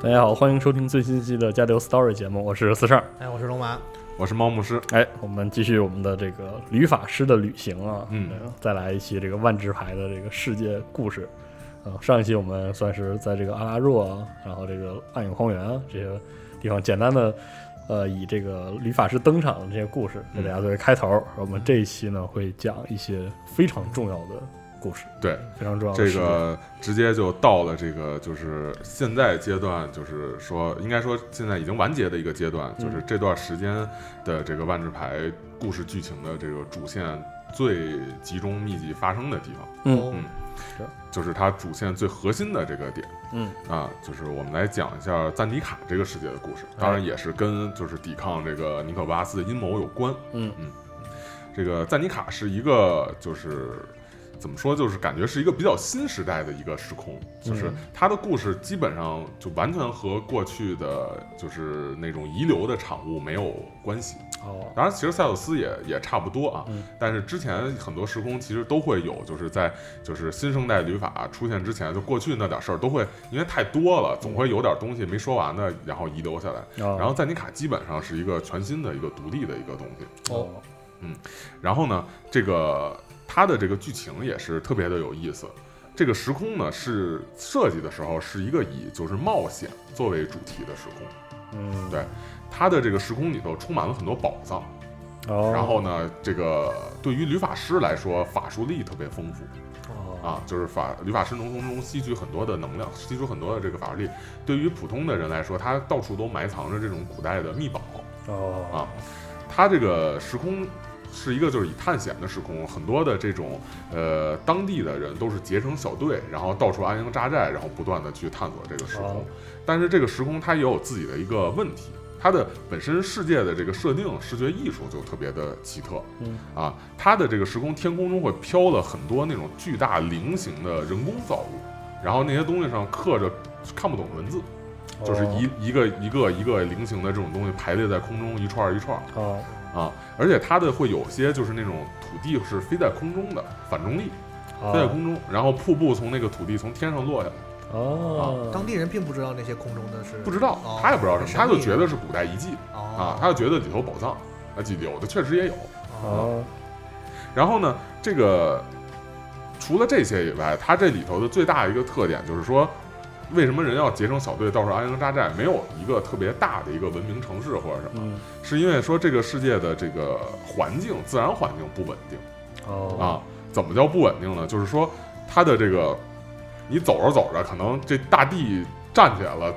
大家好，欢迎收听最新一期的《加流 Story》节目，我是四十二。哎，我是龙马，我是猫牧师，哎，我们继续我们的这个旅法师的旅行啊，嗯对，再来一期这个万智牌的这个世界故事。啊、上一期我们算是在这个阿拉若啊，然后这个暗影荒原啊这些地方简单的，呃，以这个旅法师登场的这些故事给大家作为开头。然后我们这一期呢会讲一些非常重要的故事，对，非常重要的这事件个直接就到了这个就是现在阶段，就是说应该说现在已经完结的一个阶段，嗯就是这段时间的这个万智牌故事剧情的这个主线最集中密集发生的地方，哦嗯嗯是就是它主线最核心的这个点嗯啊，就是我们来讲一下赞迪卡这个世界的故事，哎当然也是跟就是抵抗这个尼可巴斯的阴谋有关。嗯这个赞尼卡是一个就是怎么说，就是感觉是一个比较新时代的一个时空，就是嗯它的故事基本上就完全和过去的就是那种遗留的产物没有关系。哦当然，其实塞鲁斯也也差不多啊，嗯但是之前很多时空其实都会有，就是在就是新生代旅法出现之前，就过去那点事儿都会因为太多了，总会有点东西没说完的，然后遗留下来。然然后赞尼卡基本上是一个全新的一个独立的一个东西。哦然后呢，这个它的这个剧情也是特别的有意思。这个时空呢是设计的时候是一个以就是冒险作为主题的时空，嗯对它的这个时空里头充满了很多宝藏。哦然后呢，这个对于旅法师来说，法术力特别丰富。哦啊，就是法理发师能从中吸取很多的能量，吸取很多的这个法力。对于普通的人来说，他到处都埋藏着这种古代的秘宝哦啊。他这个时空是一个就是以探险的时空，很多的这种呃当地的人都是结成小队，然后到处安营扎寨，然后不断的去探索这个时哦空。但是这个时空它也有自己的一个问题。它的本身世界的这个设定，视觉艺术就特别的奇特，嗯啊，它的这个时空天空中会飘了很多那种巨大菱形的人工造物，然后那些东西上刻着看不懂的文字，就是哦一一个一个一个菱形的这种东西排列在空中一串儿一串儿哦啊，而且它的会有些就是那种土地是飞在空中的反重力，哦飞在空中，然后瀑布从那个土地从天上落下来，哦，呃当地人并不知道那些空中的是不知道哦他也不知道什么，他很神就秘觉得是古代遗迹啊哦，，他就觉得里头宝藏啊，有的确实也有，哦哦然后呢，这个除了这些以外，它这里头的最大一个特点就是说，为什么人要结成小队到处安营扎寨？没有一个特别大的一个文明城市或者什么，嗯是因为说这个世界的这个环境、自然环境不稳定哦啊。怎么叫不稳定呢？就是说它的这个，你走着走着，可能这大地站起来了，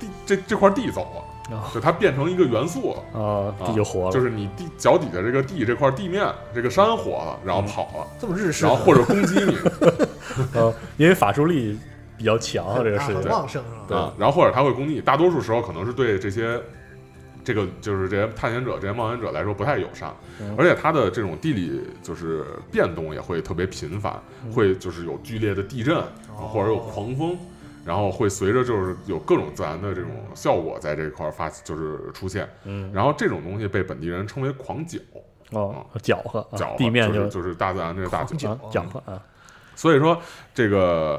地这这块地走了，啊就它变成一个元素了。啊，地就活了，就是你地脚底下这个地这块地面这个山火了，然后跑了，这么日式的，然后或者攻击你，呃，因为法术力比较强啊，这个啊世很界，旺盛是吧？对啊，然后或者他会攻击你。大多数时候可能是对这些，这个就是这些探险者、这些冒险者来说不太友善，嗯而且它的这种地理就是变动也会特别频繁，嗯会就是有剧烈的地震，哦或者有狂风。然后会随着就是有各种自然的这种效果在这块儿发就是出现，嗯，然后这种东西被本地人称为狂搅，哦，搅和，啊搅和地面就就是就是大自然这个大搅狂，搅啊搅和啊，所以说这个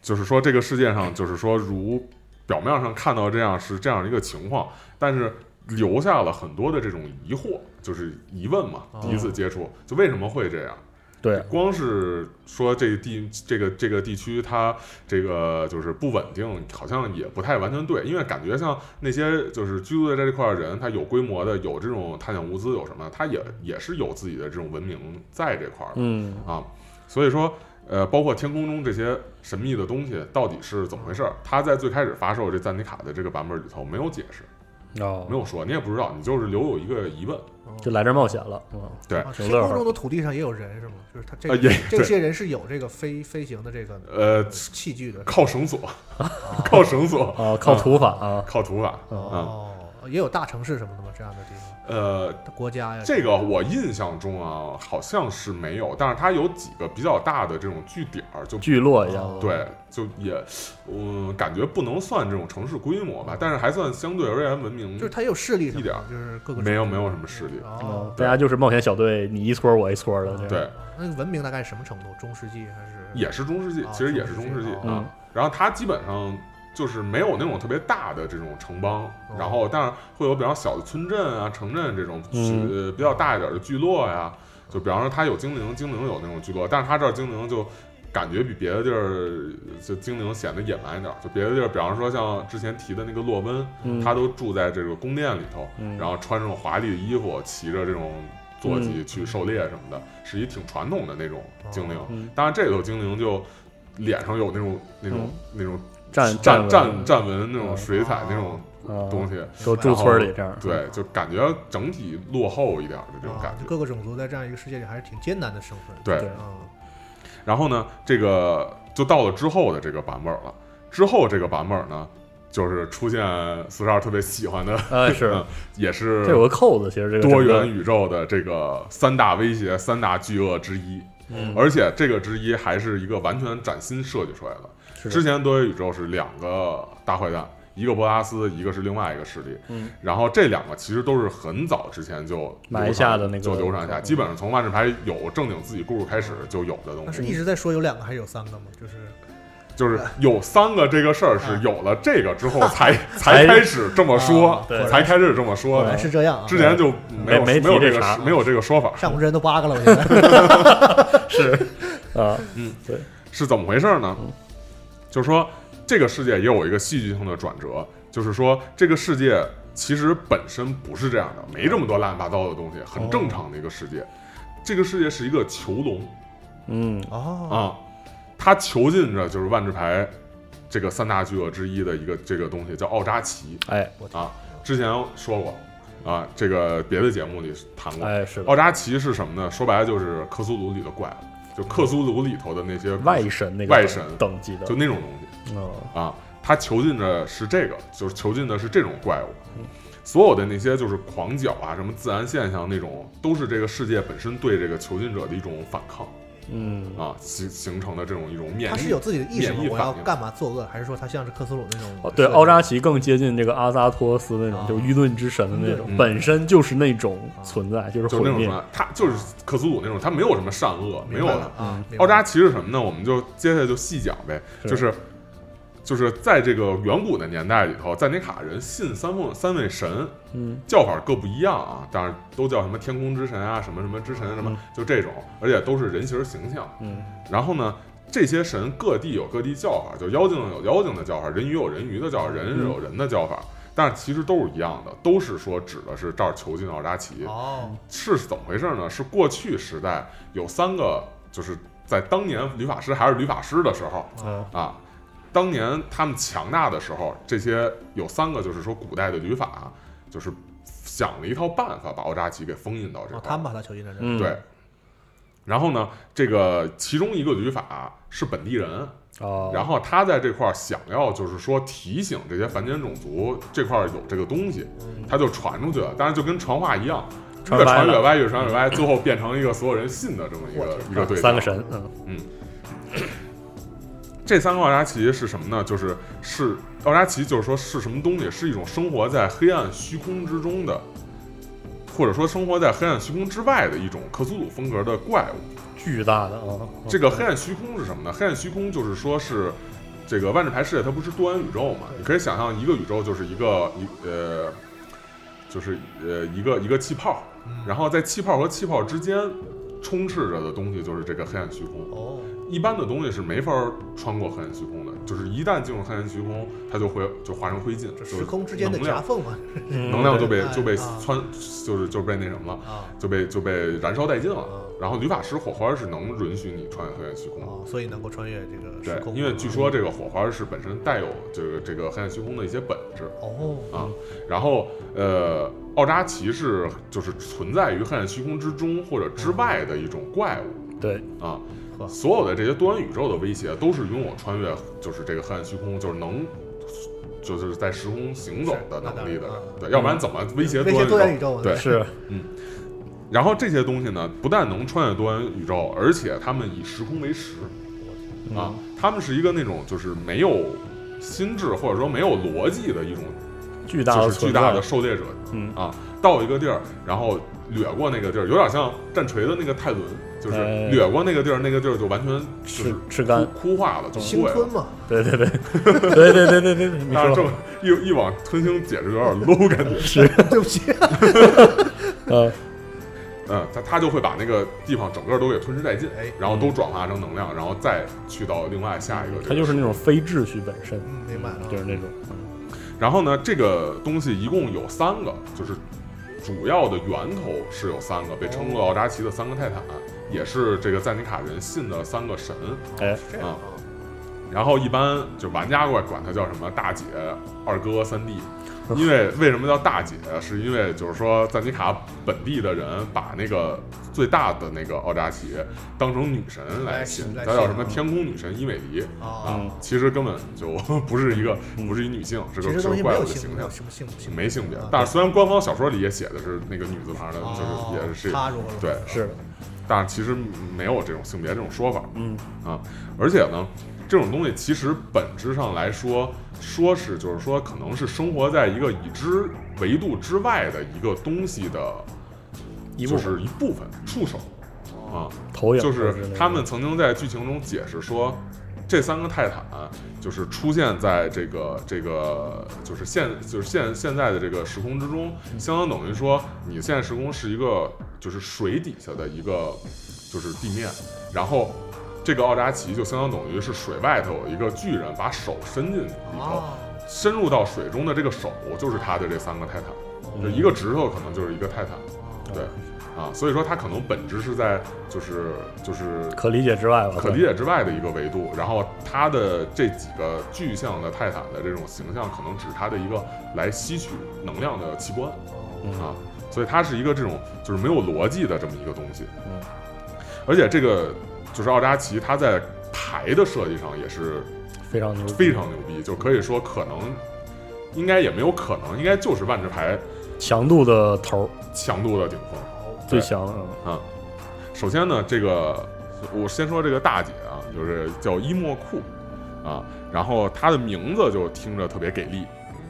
就是说这个世界上就是说如表面上看到这样是这样一个情况，但是留下了很多的这种疑惑，就是疑问嘛。哦第一次接触，就为什么会这样？对，光是说这个地这个这个地区它这个就是不稳定，好像也不太完全对，因为感觉像那些就是居住在这块儿的人，他有规模的，有这种探险物资，有什么，他也也是有自己的这种文明在这块儿的。嗯啊，所以说，呃，包括天空中这些神秘的东西到底是怎么回事儿，它在最开始发售这赞尼卡的这个版本里头没有解释，没哦，有说，你也不知道，你就是留有一个疑问。就来这儿冒险了，嗯，对啊挺天乐呵哦空中的土地上也有人是吗？就是他这啊也这对些人是有这个飞飞行的这个呃，器具的靠绳索， 靠绳索，啊，靠土法啊，靠土法。哦，也有大城市什么的吗？这样的地方，呃，国家呀，这个我印象中啊，好像是没有，但是它有几个比较大的这种据点儿，就聚落一样，对，就也，嗯，感觉不能算这种城市规模吧，但是还算相对而言文明就是。它也有势力什么一点的儿，就是各个没有城市没有什么势力嗯哦，，大家就是冒险小队，你一撮儿我一嗯撮儿的，这样对，那个文明大概是什么程度？中世纪还是也是中世纪啊，其实也是中世纪中世纪啊。然后它基本上就是没有那种特别大的这种城邦，然后但是会有比较小的村镇啊、城镇这种，嗯呃，比较大一点的聚落呀。就比方说，它有精灵，精灵有那种聚落，但是它这儿精灵就感觉比别的地儿，就精灵显得野蛮一点儿。就别的地儿，比方说像之前提的那个洛温，嗯他都住在这个宫殿里头，嗯然后穿这种华丽的衣服，骑着这种坐嗯骑去狩猎什么的，是一挺传统的那种精灵。嗯当然，这头精灵就脸上有那种那种、嗯那种站站战战战纹那种水彩哦那种啊东西，都住村里这样，对，就感觉整体落后一点的这种啊感嗯就觉。各个种族在这样一个世界里还是挺艰难的生存。对对嗯，然后呢，这个就到了之后的这个版本了。之后这个版本呢，就是出现四十二特别喜欢的，哎是，也是这有个扣子，其实这个嗯多元宇宇宙的这个三大威胁、三大巨鳄之一，嗯而且这个之一还是一个完全崭新设计出来的。之前多元宇宙是两个大坏蛋，一个博拉斯，一个是另外一个势力。嗯，然后这两个其实都是很早之前就流传埋下的那个就流传下来，嗯基本上从万智牌有正经自己故事开始就有的东但西是。一直在说有两个还是有三个嘛，就是嗯就是有三个这个事儿是有了这个之后 才才才开始这么说啊对，才开始这么说果的然。是这样啊。之前就没有没没提有这这茬个没有这个说法。上古之人都八个了，我觉 得。啊是怎么回事呢？就是说，这个世界也有一个戏剧性的转折，就是说，这个世界其实本身不是这样的，没这么多乱七八糟的东西，很正常的一个世界。这个世界是一个囚笼嗯哦，啊，它囚禁着就是万智牌这个三大巨鳄之一的一个这个东西，叫奥扎奇。啊哎之前说过啊，这个别的节目里谈过。哎是的，奥扎奇是什么呢？说白了就是克苏鲁里的怪了，就克苏鲁里头的那些外神那个外神等级的就那种东西。嗯啊，他囚禁的是这个，就是囚禁的是这种怪物。所有的那些就是狂角啊，什么自然现象那种，都是这个世界本身对这个囚禁者的一种反抗嗯啊，形形成的这种一种免他是疫有。自己的意识吗免疫？我反要应干嘛作恶？还是说他像是克苏鲁那种哦设计？对，奥扎奇更接近这个阿萨托斯那种，啊就愚钝之神的那种嗯，啊本身就是那种存在，就是就是毁那种灭什。么，他就是克苏鲁那种，他没有什么善恶，明没有白的了。啊。明白奥扎了奇是什么呢？我们就接下来就细讲呗，是就是就是在这个远古的年代里头，赞尼卡人信三位三位神，嗯，叫法各不一样啊，当然都叫什么天空之神啊，什么什么之神什么，嗯就这种，而且都是人形形象。嗯，然后呢，这些神各地有各地叫法，就妖精有妖精的叫法，人鱼有人鱼的叫法，人嗯有人的叫法，但是其实都是一样的，都是说指的是这儿囚禁奥扎奇。嗯哦，是怎么回事呢？是过去时代有三个，就是在当年理发师还是理发师的时候哦啊，当年他们强大的时候，这些有三个，就是说古代的律法啊，就是想了一套办法把奥扎奇给封印到这哦块儿。他们把他囚禁在这儿。嗯对。然后呢，这个其中一个律法是本地人，哦，然后他在这块儿想要就是说提醒这些凡间种族这块儿有这个东西，嗯他就传出去了。当然就跟传话一样，传越歪传了越歪，越传越歪，最后变成一个所有人信的这么一我个天一个对象三个神，嗯这三个奥扎奇是什么呢？就是是奥扎奇，就是说是什么东西？是一种生活在黑暗虚空之中的，或者说生活在黑暗虚空之外的一种克苏鲁风格的怪物。巨大的啊，这个黑暗虚空是什么呢？黑暗虚空就是说是这个万智牌世界，它不是多元宇宙嘛？你可以想象一个宇宙就是一个一呃，就是呃一个一个气泡，嗯然后在气泡和气泡之间充斥着的东西就是这个黑暗虚空。哦，一般的东西是没法穿过黑暗虚空的，就是一旦进入黑暗虚空，它就会就化成灰烬，这就时空之间的能夹量缝嘛。嗯能量就被嗯对就被啊穿，就是就被那什么了，啊就被就被燃烧殆尽了。啊然后旅法师火花是能允许你穿越黑暗虚空的，哦，所以能够穿越这个时嗯对，空。因为据说这个火花是本身带有这个这个黑暗虚空的一些本质。哦，啊，然后呃，奥扎奇是就是存在于黑暗虚空之中或者之外的一种怪物，嗯对，啊嗯呵，所有的这些多元宇宙的威胁都是拥有穿越，就是这个黑暗虚空，就是能，就是在时空行走的能力的是那当然人嗯，对，要不然怎么威胁威胁多多元元宇宇宙宙？呢对是然后这些东西呢，不但能穿越多元宇宙，而且他们以时空为食嗯啊，他们是一个那种就是没有心智或者说没有逻辑的一种，巨大就的是巨存大的在，狩猎者嗯啊，到一个地儿，然后掠过那个地儿，有点像战锤的那个泰伦，就是哎掠过那个地儿，那个地儿就完全就是吃吃 干，枯化了，就鲸过了吞。嘛， 对对对 对对对对对，你但是这说么一一往吞星解释有点 low 感觉，是对不起， 呃嗯，他他就会把那个地方整个都给吞噬殆尽哎，然后都转化成能量，然后再去到另外下一个地儿。它嗯就是那种非秩序本身，嗯，明白啊了，就是那种然后呢，这个东西一共有三个，就是主要的源头是有三个，被称哦作奥扎奇的三个泰坦，也是这个赞尼卡人信的三个神。哎是这样啊，然后一般就玩家管管它叫什么大姐、二哥、三弟，哦因为为什么叫大姐？是因为就是说赞尼卡本地的人把那个最大的那个奥扎奇当成女神来来信，来它信叫什么嗯天空女神伊美丽。啊嗯哦，其实根本就 不是一个，不是一女性，嗯是其个实是东西没个怪有物的性别，形没象有。什么性性没性别啊，但是虽然官方小说里也写的是那个女字旁的，哦就是也是，他如何如何对是但是其实没有这种性别这种说法嗯啊。而且呢，这种东西其实本质上来说，说是就是说可能是生活在一个已知维度之外的一个东西的，一就部分是一部分触手啊。投影，就是那他种们曾经在剧情中解释说，这三个泰坦就是出现在这个这个就是现就是现现在的这个时空之中，相当等于说你现在时空是一个就是水底下的一个就是地面，然后。这个奥扎奇就相当等于是水外头有一个巨人把手伸进里头，啊，深入到水中的这个手就是他的这三个泰坦，就一个指头可能就是一个泰坦，对，啊，所以说它可能本质是在就是就是可理解之外吧，可理解之外的一个维度，然后它的这几个具象的泰坦的这种形象，可能只是它的一个来吸取能量的器官嗯啊，所以它是一个这种就是没有逻辑的这么一个东西，嗯，而且这个就是奥扎奇他在牌的设计上也是非常牛逼，非常牛逼，就可以说可能应该也没有可能，应该就是万智牌强度的头儿强度的顶峰。最对强，嗯啊，首先呢，这个我先说这个大姐啊，就是叫伊莫库啊，然后她的名字就听着特别给力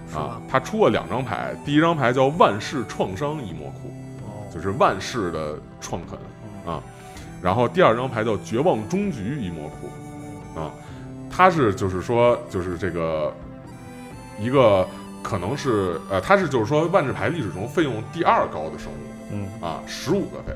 是啊吧？。她出过两张牌，第一张牌叫万世创伤伊莫库，哦就是万世的创肯啊，然后第二张牌叫绝望终局伊莫库啊，她是就是说就是这个一个可能是呃，她是就是说万智牌历史中费用第二高的生物。嗯，啊，十五个费，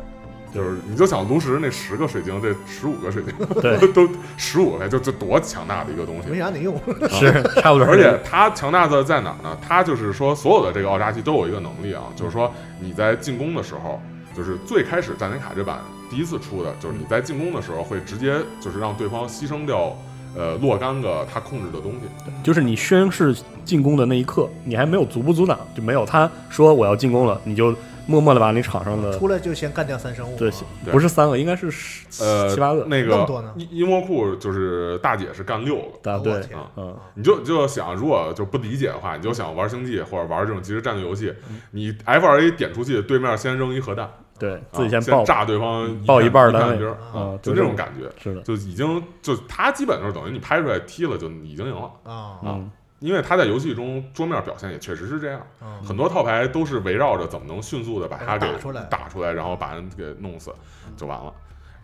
就是你就想炉石那十个水晶，这十五个水晶对， 都十五个费，就就多强大的一个东没西。啥能用，是 差不多，而且它强大的在哪儿呢？它就是说所有的这个奥扎奇都有一个能力啊，就是说你在进攻的时候，就是最开始战神卡这版第一次出的，就是你在进攻的时候会直接就是让对方牺牲掉。呃，若干个他控制的东西，就是你宣誓进攻的那一刻，你还没有阻不阻挡，就没有他说我要进攻了，你就默默的把你场上的出来就先干掉三生物啊，对对不是三个，应该是十呃，七八个，那那么个多呢伊伊莫库就是大姐是干六个，答我对，天啊嗯，你就就想，如果就不理解的话，你就想玩星际或者玩这种即时战略游戏，嗯你 F 二 A 点出去，对面先扔一核弹，对啊自己先爆，炸对方爆一一半儿单单位兵儿，啊嗯，就这种感觉，觉，是的，就已经就他基本就是等于你拍出来踢了就已经赢了，啊，嗯，因为他在游戏中桌面表现也确实是这样，嗯很多套牌都是围绕着怎么能迅速的把它给打出来打出来，然后把人给弄死就完了。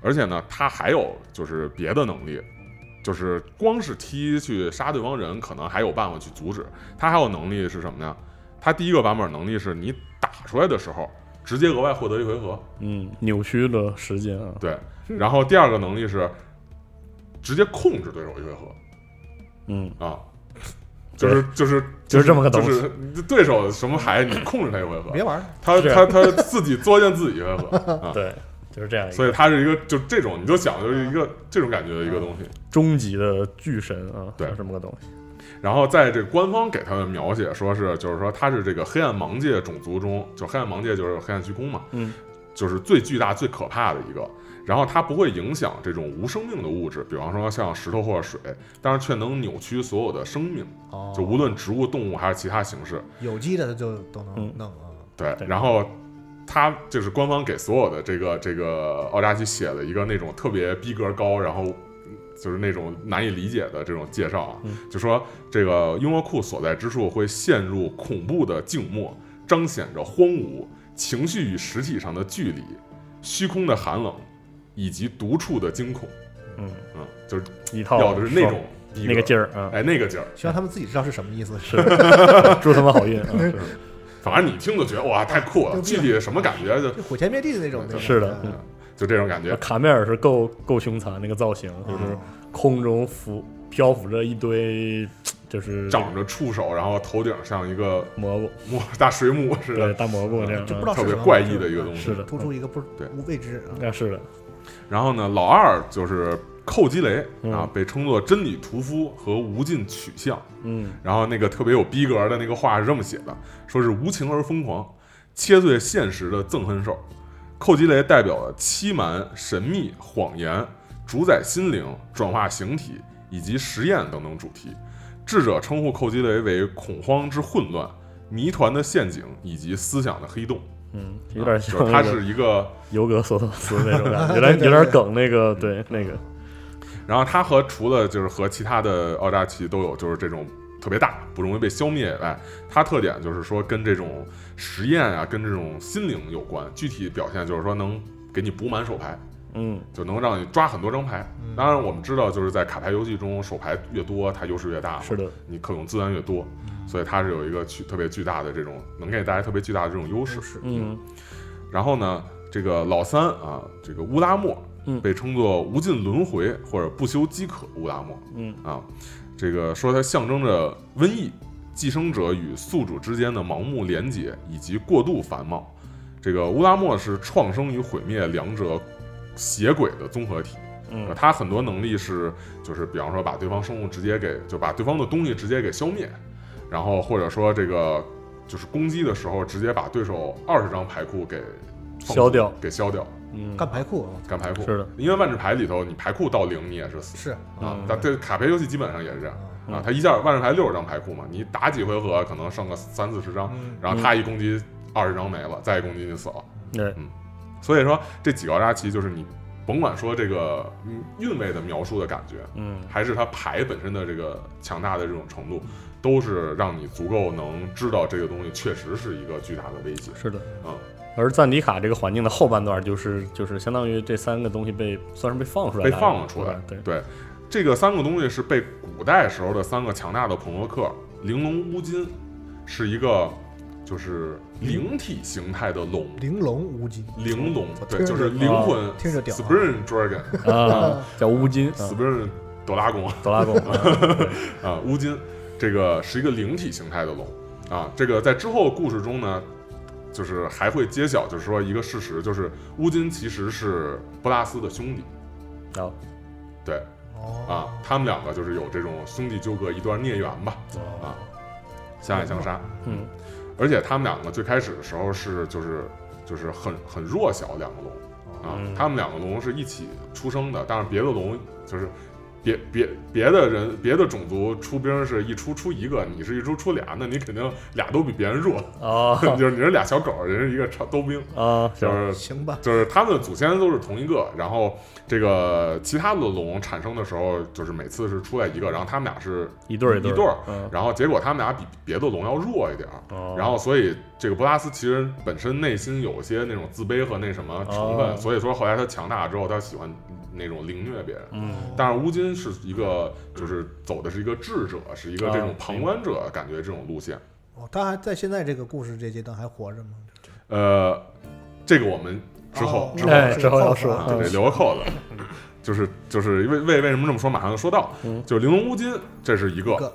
而且呢，他还有就是别的能力，就是光是踢去杀对方人，可能还有办法去阻止。他还有能力是什么呢？他第一个版本能力是你打出来的时候直接额外获得一回合，嗯，扭曲的时间啊，对。然后第二个能力是直接控制对手一回合，嗯，啊，就是就是就是这么个东西就是对手什么牌你控制他一回合别，玩了，他是他他自己作践自己一回合 啊，对，就是这样一个所以他是一个就这种你就想就是一个这种感觉的一个东西。终极的巨神啊，对是这么个东西，然后在这个官方给他的描写说是就是说他是这个黑暗盲界种族中，就黑暗盲界就是黑暗虚空嘛，嗯，就是最巨大最可怕的一个。然后它不会影响这种无生命的物质，比方说像石头或者水，但是却能扭曲所有的生命，哦就无论植物、动物还是其他形式。有机的就都嗯能弄啊，对对，然后他就是官方给所有的这个这个奥扎奇写了一个那种特别逼格高，然后就是那种难以理解的这种介绍啊，就说这个英国库所在之处会陷入恐怖的静默，彰显着荒芜。情绪与实体上的距离、虚空的寒冷，以及独处的惊恐。嗯，嗯，就是一套要的是那爽种逼格那个劲儿啊，哎，那个劲儿。希望他们自己知道是什么意 思。是祝他们好运啊！是反正你听就觉得哇，太酷 了，牛逼具了体什么感觉就就毁天灭地的那种。那种是的嗯就这种感觉。卡梅尔是够够凶残，那个造型就是嗯啊空中浮漂浮着一堆，就是长着触手，然后头顶像一个蘑菇，木 大水母似对的，大蘑菇这样，啊就不知道特是别什么怪异的一个东嗯西嗯是。的，突出一个不对无未知啊。那是的，然后呢，老二就是寇基雷嗯啊，被称作真理屠夫和无尽取向。嗯然后那个特别有逼格的那个话是这么写的，说是无情而疯狂，切碎现实的憎恨兽。寇基雷代表了欺瞒、神秘、谎言，主宰心灵、转化形体以及实验等等主题。智者称呼寇基雷为恐慌之混乱、谜团的陷阱以及思想的黑洞。嗯，有点啊就像是他那个是一个尤格索托斯那种 感觉，有点有点梗那嗯个，对那个，然后他和除了就是和其他的奥扎奇都有就是这种特别大不容易被消灭以外，它特点就是说跟这种实验啊，跟这种心灵有关。具体表现就是说能给你补满手牌，嗯就能让你抓很多张牌。当然我们知道就是在卡牌游戏中手牌越多，它优势越大嘛，是的，你可用资源越多，所以它是有一个巨特别巨大的这种能给大家特别巨大的这种优势。嗯然后呢，这个老三啊，这个乌拉莫，嗯被称作无尽轮回或者不修即可乌拉莫，嗯啊，这个说它象征着瘟疫、寄生者与宿主之间的盲目连结以及过度繁茂。这个乌拉莫是创生与毁灭两者邪鬼的综合体，嗯它很多能力是就是比方说把对方生物直接给就把对方的东西直接给消灭，然后或者说这个就是攻击的时候直接把对手二十张牌库给放消掉给消掉嗯，干牌库啊干牌库是的，因为万智牌里头你牌库到零你也是死是啊嗯，但对卡牌游戏基本上也是这样嗯啊，它一下万智牌六十张牌库嘛，你打几回合可能剩个三四十张，嗯然后他一攻击二十张没了，再一攻击你死了。对，所以说这几个奥扎奇就是你甭管说这个嗯韵味的描述的感觉，嗯还是它牌本身的这个强大的这种程度，都是让你足够能知道这个东西确实是一个巨大的威胁。是的。嗯，而赞迪卡这个环境的后半段，就是就是相当于这三个东西被算是被放出来，啊被放了出来对，对，这个三个东西是被古代时候的三个强大的朋洛克玲珑乌金，是一个就是灵体形态的龙，玲珑无极，玲珑我，对，听着就是灵魂听着屌啊 Spirit Dragon，啊，叫乌金，啊 Spirit 朵拉贡德拉贡， 啊，乌金，这个是一个灵体形态的龙啊。这个在之后故事中呢，就是还会揭晓，就是说一个事实，就是乌金其实是布拉斯的兄弟，然后对啊哦，，他们两个就是有这种兄弟纠葛一段孽缘吧，啊，相爱相杀。嗯，而且他们两个最开始的时候是就是就是很很弱小两个龙啊，嗯他们两个龙是一起出生的，但是别的龙就是别别别的人别的种族出兵是一出出一个，你是一出出俩，那你肯定俩都比别人 弱， 啊就是你是俩小狗，人是一个超兜兵，啊，行，就是哦行吧，就是他们的祖先都是同一个，然后这个其他的龙产生的时候，就是每次是出来一个，然后他们俩是一对儿一一对对儿儿，嗯，然后结果他们俩比别的龙要弱一点儿，哦然后所以这个博拉斯其实本身内心有一些那种自卑和那什么成分，哦所以说后来他强大了之后，他喜欢那种凌虐别人。嗯但是乌金是一个，就是走的是一个智者，是一个这种哦旁观者感觉这种路线。哦，他还在现在这个故事这阶段还活着吗？呃，这个我们之后哦之后哎是之后要后说啊，啊就得留个扣子。就是就是为为为什么这么说？马上就说到，嗯就是玲珑乌金，这是一一个；个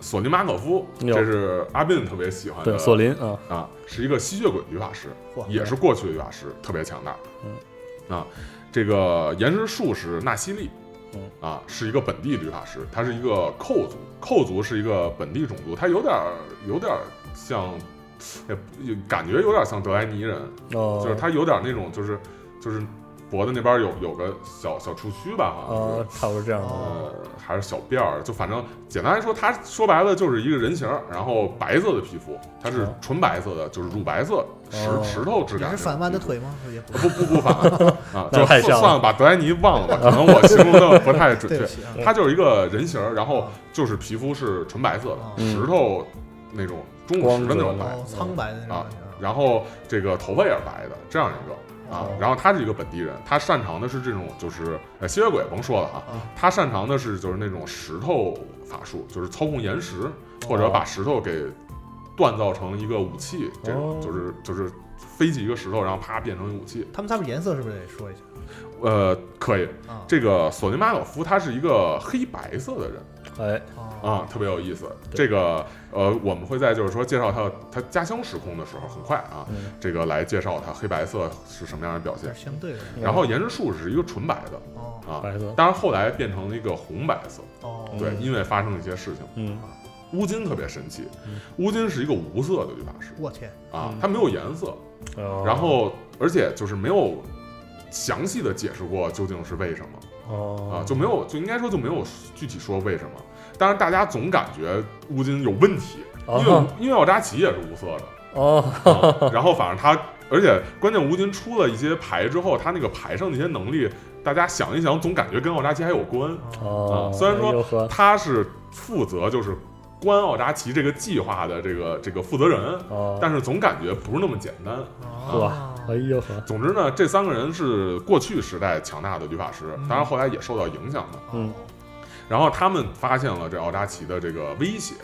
索林马可夫，哟这是阿斌特别喜欢对，的索林啊，啊，是一个吸血鬼女法师，嚯也是过去的女法师，特别强大。嗯，啊，这个岩石术士纳西利，嗯啊，是一个本地女法师，她是一个寇族，寇族是一个本地种族，她有点儿有点儿像，哎，有感觉有点像德莱尼人，哦，就是她有点那种就是就是脖子那边有有个小小触须吧，好像是。啊，差不多这样的，呃，还是小辫儿，就反正简单来说，他说白了就是一个人形儿，然后白色的皮肤，它是哦纯白色的，就是乳白色石、哦石头质也感。嗯呃是反腕的，腿吗？也不不不不反 啊，那就太算像了算了，把德莱尼忘了吧，可能我形容的不 太准对不确。起啊，它就是一个人形儿，然后就是皮肤是纯白色的，哦石头那种中古时的那光种白白哦，苍白的那种啊感觉啊。然后这个头发也是白的，这样一个啊哦。然后他是一个本地人，他擅长的是这种就是呃吸血鬼甭说了啊，啊他擅长的是就是那种石头法术，就是操控岩石哦或者把石头给锻造成一个武器，这种哦就是就是飞起一个石头，然后啪变成一武器。他们仨的颜色是不是得说一下呃，可以。啊？这个索尼马佐夫他是一个黑白色的人。哎，啊啊、特别有意思。对这个呃，我们会在就是说介绍他他家乡时空的时候，很快啊，嗯这个来介绍他黑白色是什么样的表有现点。相对的然后岩之树是一个纯白的哦啊，嗯白色，当然后来变成了一个红白色。哦，对，嗯因为发生了一些事情，嗯乌金特别神奇嗯，乌金是一个无色的律法师我天，啊嗯，它没有颜色，哦然后而且就是没有详细的解释过究竟是为什么。哦啊，就没有，就应该说就没有具体说为什么。但是大家总感觉乌金有问题，因为、哦因为奥扎奇也是无色的，哦 啊然后反正他，而且关键乌金出了一些牌之后，他那个牌上那些能力，大家想一想，总感觉跟奥扎奇还有关。哦哦，啊虽然说又和他是负责就是关奥扎奇这个计划的这个这个负责人，哦，但是总感觉不是那么简单。哎哦，呦呵，总之呢，这三个人是过去时代强大的律法师，当然后来也受到影响嘛。嗯然后他们发现了这奥扎奇的这个威胁，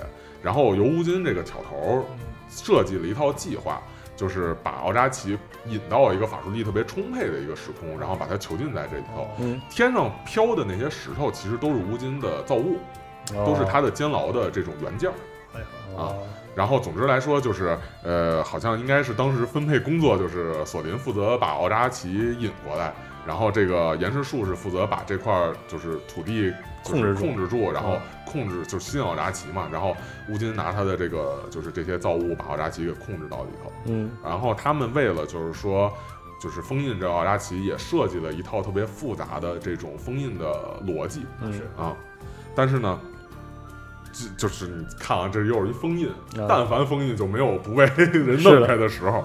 然后由乌金这个挑头嗯设计了一套计划，就是把奥扎奇引到一个法术力特别充沛的一个时空，然后把他囚禁在这里头。哦嗯，天上飘的那些石头其实都是乌金的造物，都是他啊的监牢的这种原件儿。哎呦嗯哦然后，总之来说，就是呃，好像应该是当时分配工作，就是索林负责把奥扎奇引过来，然后这个岩石树是负责把这块儿就是土地就控制是住嗯控制住，然后控制就是吸引奥扎奇嘛，然后乌金拿他的这个就是这些造物把奥扎奇给控制到里头，嗯然后他们为了就是说。就是封印这奥扎奇，也设计了一套特别复杂的这种封印的逻辑，嗯是啊，但是呢，这就是你看啊，这又是一封印，啊但凡封印就没有不被人是的弄开的时候。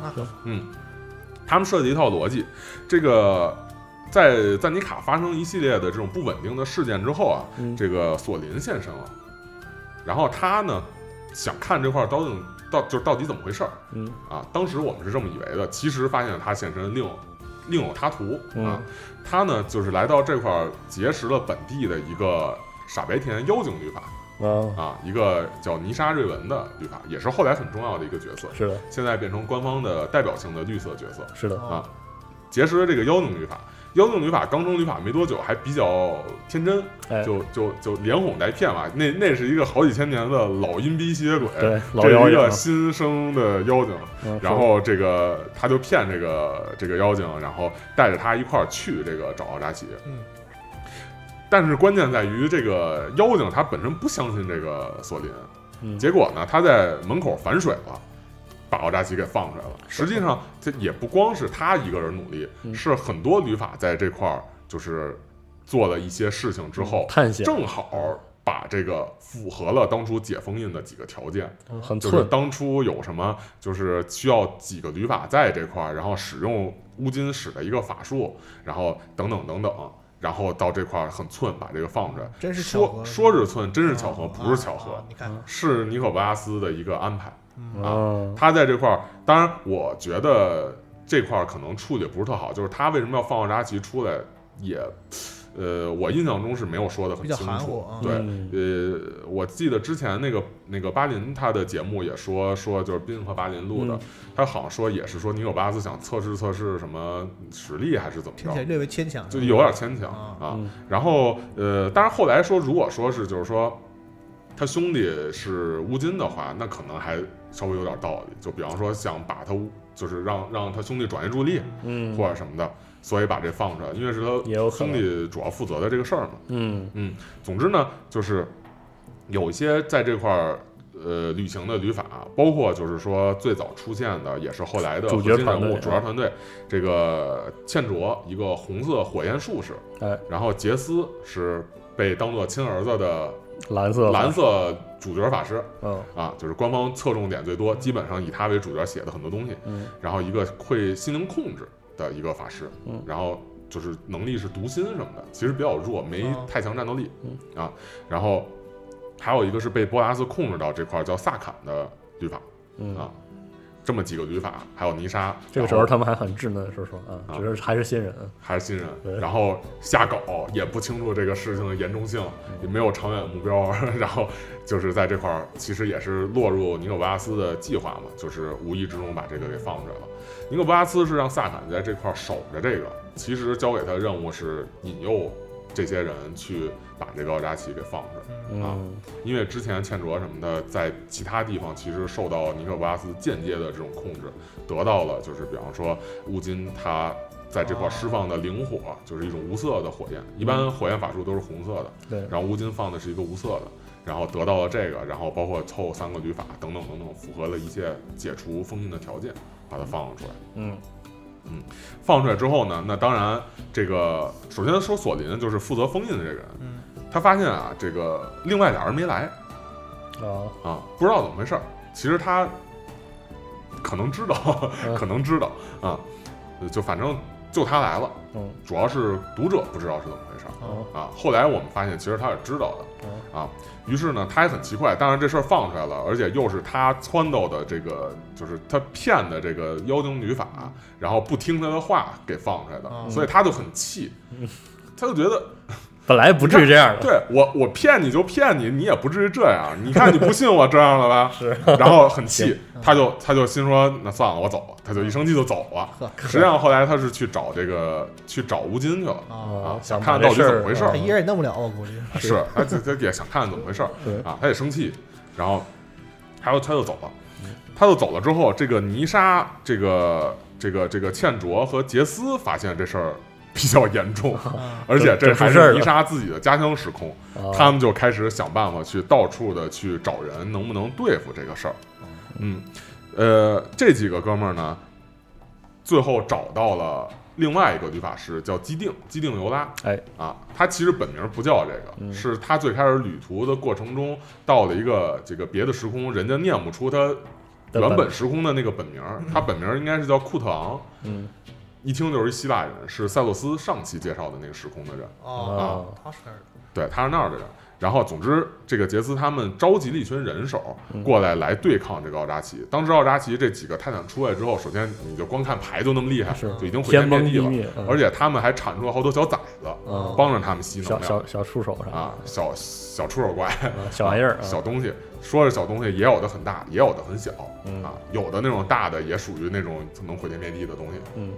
那嗯可他们设计一套逻辑，这个在赞尼卡发生一系列的这种不稳定的事件之后啊，嗯这个索林现身了，然后他呢想看这块儿到底到就是到底怎么回事儿嗯啊？当时我们是这么以为的，其实发现他现身另有另有他图啊嗯。他呢就是来到这块儿结识了本地的一个傻白甜妖精律啊，法，啊，一个叫尼莎瑞文的律法，也是后来很重要的一个角色，是的，现在变成官方的代表性的绿色角色。是哦的，啊结识了这个妖精律法，妖精律法刚成律法没多久，还比较天真，哎，就就就连哄带骗嘛。那那是一个好几千年的老阴逼吸血鬼，对，老呃这妖是一精个啊，新生的妖精。嗯然后这个他就骗这个这个妖精，然后带着他一块儿去这个找奥扎奇。嗯。但是关键在于这个妖精他本身不相信这个索林，嗯结果呢他在门口反水了。把奥扎奇给放出来了。实际上，这也不光是他一个人努力，嗯是很多旅法在这块儿就是做了一些事情之后，探嗯险正好把这个符合了当初解封印的几个条件，嗯嗯很就是寸，当初有什么，就是需要几个旅法在这块儿，然后使用乌金使的一个法术，然后等等等等，然后到这块儿很寸把这个放出来。哦真是巧说合说是寸，真是巧合，啊不是巧合啊，你看，是尼可波拉斯的一个安排。嗯嗯他在这块儿，当然我觉得这块儿可能处理不是特好，就是他为什么要放奥扎奇出来，也，呃，我印象中是没有说的很比清较楚。含糊啊。对嗯呃，我记得之前那个那个巴林他的节目也说说就是宾和巴林录的，嗯他好像说也是说尼可巴斯想测试测试什么实力还是怎么听起来着，略微牵强，就有点牵强啊啊。嗯然后呃，当然后来说，如果说是就是说他兄弟是乌金的话，那可能还稍微有点道理，就比方说想把他乌就是让让他兄弟转移注意力嗯，或者什么的，所以把这放出来，因为是他也有可兄能，弟主要负责的这个事儿嘛。嗯总之呢，就是有一些在这块儿呃旅行的旅法，包括就是说最早出现的，也是后来的主角核心团人物队啊主要团队，这个倩卓一个红色火焰术士，哎，然后杰斯是被当做亲儿子的蓝色蓝色主角法师嗯啊，就是官方侧重点最多，基本上以他为主角写的很多东西。嗯然后一个会心灵控制的一个法师，嗯然后就是能力是读心什么的，其实比较弱，没哦太强战斗力，嗯啊，然后还有一个是被波拉斯控制到这块儿叫萨坎的律法，嗯啊，这么几个旅法，还有泥沙。这个时候他们还很稚嫩，说实话啊，啊只是还是新人，还是新对人，然后下狗也不清楚这个事情的严重性，也没有长远目标， 然后就是在这块儿，其实也是落入尼可波拉斯的计划嘛，就是无意之中把这个给放出来了。尼可波拉斯是让萨坦在这块儿守着这个，其实交给他的任务是引诱这些人去把这个奥扎奇给放出来。嗯因为之前茜卓什么的，在其他地方其实受到尼克波拉斯间接的这种控制，得到了就是比方说乌金他在这块释放的灵火，就是一种无色的火焰，一般火焰法术都是红色的，对然后乌金放的是一个无色的，然后得到了这个，然后包括凑三个律法等等等等，符合了一切解除封印的条件，把它放了出来。嗯放出来之后呢，那当然这个首先说索林就是负责封印的这个人，嗯他发现啊这个另外俩人没来。啊，啊，不知道怎么回事儿。其实他可能知道嗯， 可能知道啊，呃就反正就他来了，嗯主要是读者不知道是怎么回事儿哦啊。后来我们发现，其实他是知道的啊。于是呢，他也很奇怪，但是这事儿放出来了，而且又是他撺掇的这个，就是他骗的这个妖精女法，然后不听他的话给放出来的，嗯所以他就很气，他就觉得本来不至于这样的， 对我，我骗你就骗你，你也不至于这样。你看你不信我这样了吧？是，然后很 气，他就他就心说那算了，我走了。他就一生气就走了。呵，实际上后来他是去找这个去找吴金去了啊啊，啊，想想把看到底这事怎儿么回事他儿。一人也弄不了，我估计是是，他他他也想看看怎么回事儿对啊，他也生气，然后他就他就走了，嗯他就走了之后，这个泥沙，这个这个这个倩卓和杰斯发现这事儿比较严重，啊而且这这还出事儿是了泥沙自己的家乡时空。啊他们就开始想办法去到处的去找人，能不能对付这个事儿。嗯，呃，这几个哥们儿呢，最后找到了另外一个理发师，叫基定，基定尤拉。哎，啊，他其实本名不叫这个，嗯是他最开始旅途的过程中到了一个这个别的时空，人家念不出他的原本时空的那个本名儿，他本名儿应该是叫库特昂，嗯一听就是一希腊人，是塞洛斯上期介绍的那个时空的人。嗯哦，他是对，他是那儿的人。然后，总之，这个杰斯他们召集了一群人手嗯过来来对抗这个奥扎奇。当时奥扎奇这几个泰坦出来之后，首先你就光看牌就那么厉害，是就已经毁天天灭崩地地了。灭，嗯而且他们还产出了好多小崽子，嗯帮着他们吸能小量小小触手啥啊，小小触手怪，啊 小玩意儿啊，小东西，说是小东西，也有的很大，也有的很小嗯啊，有的那种大的也属于那种能毁天灭地的东西。嗯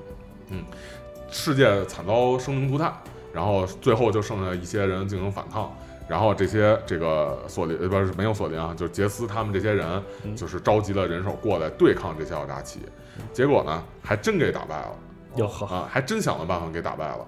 世界惨遭生灵涂炭，然后最后就剩下一些人进行反抗，然后这些这个索林呃不是没有索林啊，就是杰斯他们这些人嗯就是召集了人手过来对抗这些奥扎奇，结果呢还真给打败了哦哟呵，啊，还真想了办法给打败了。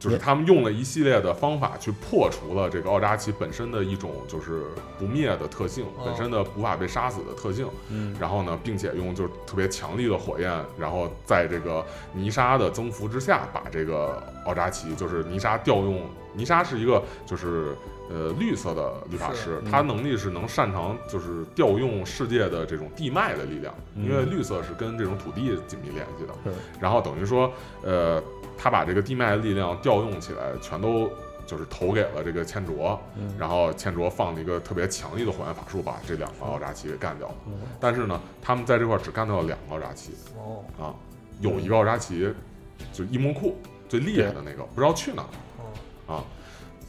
就是他们用了一系列的方法去破除了这个奥扎奇本身的一种就是不灭的特性，哦本身的无法被杀死的特性，嗯然后呢，并且用就是特别强力的火焰，然后在这个泥沙的增幅之下，把这个奥扎奇，就是泥沙调用，泥沙是一个就是呃绿色的律法师，嗯他能力是能擅长就是调用世界的这种地脉的力量，嗯因为绿色是跟这种土地紧密联系的是，然后等于说呃，他把这个地脉的力量调用起来，全都。就是投给了这个千卓，嗯然后千卓放了一个特别强力的火焰法术，把这两个奥扎奇给干掉了。嗯但是呢，他们在这块儿只干到了两个奥扎奇哦啊，有一个奥扎奇就伊莫库最厉害的那个，不知道去哪儿了。哦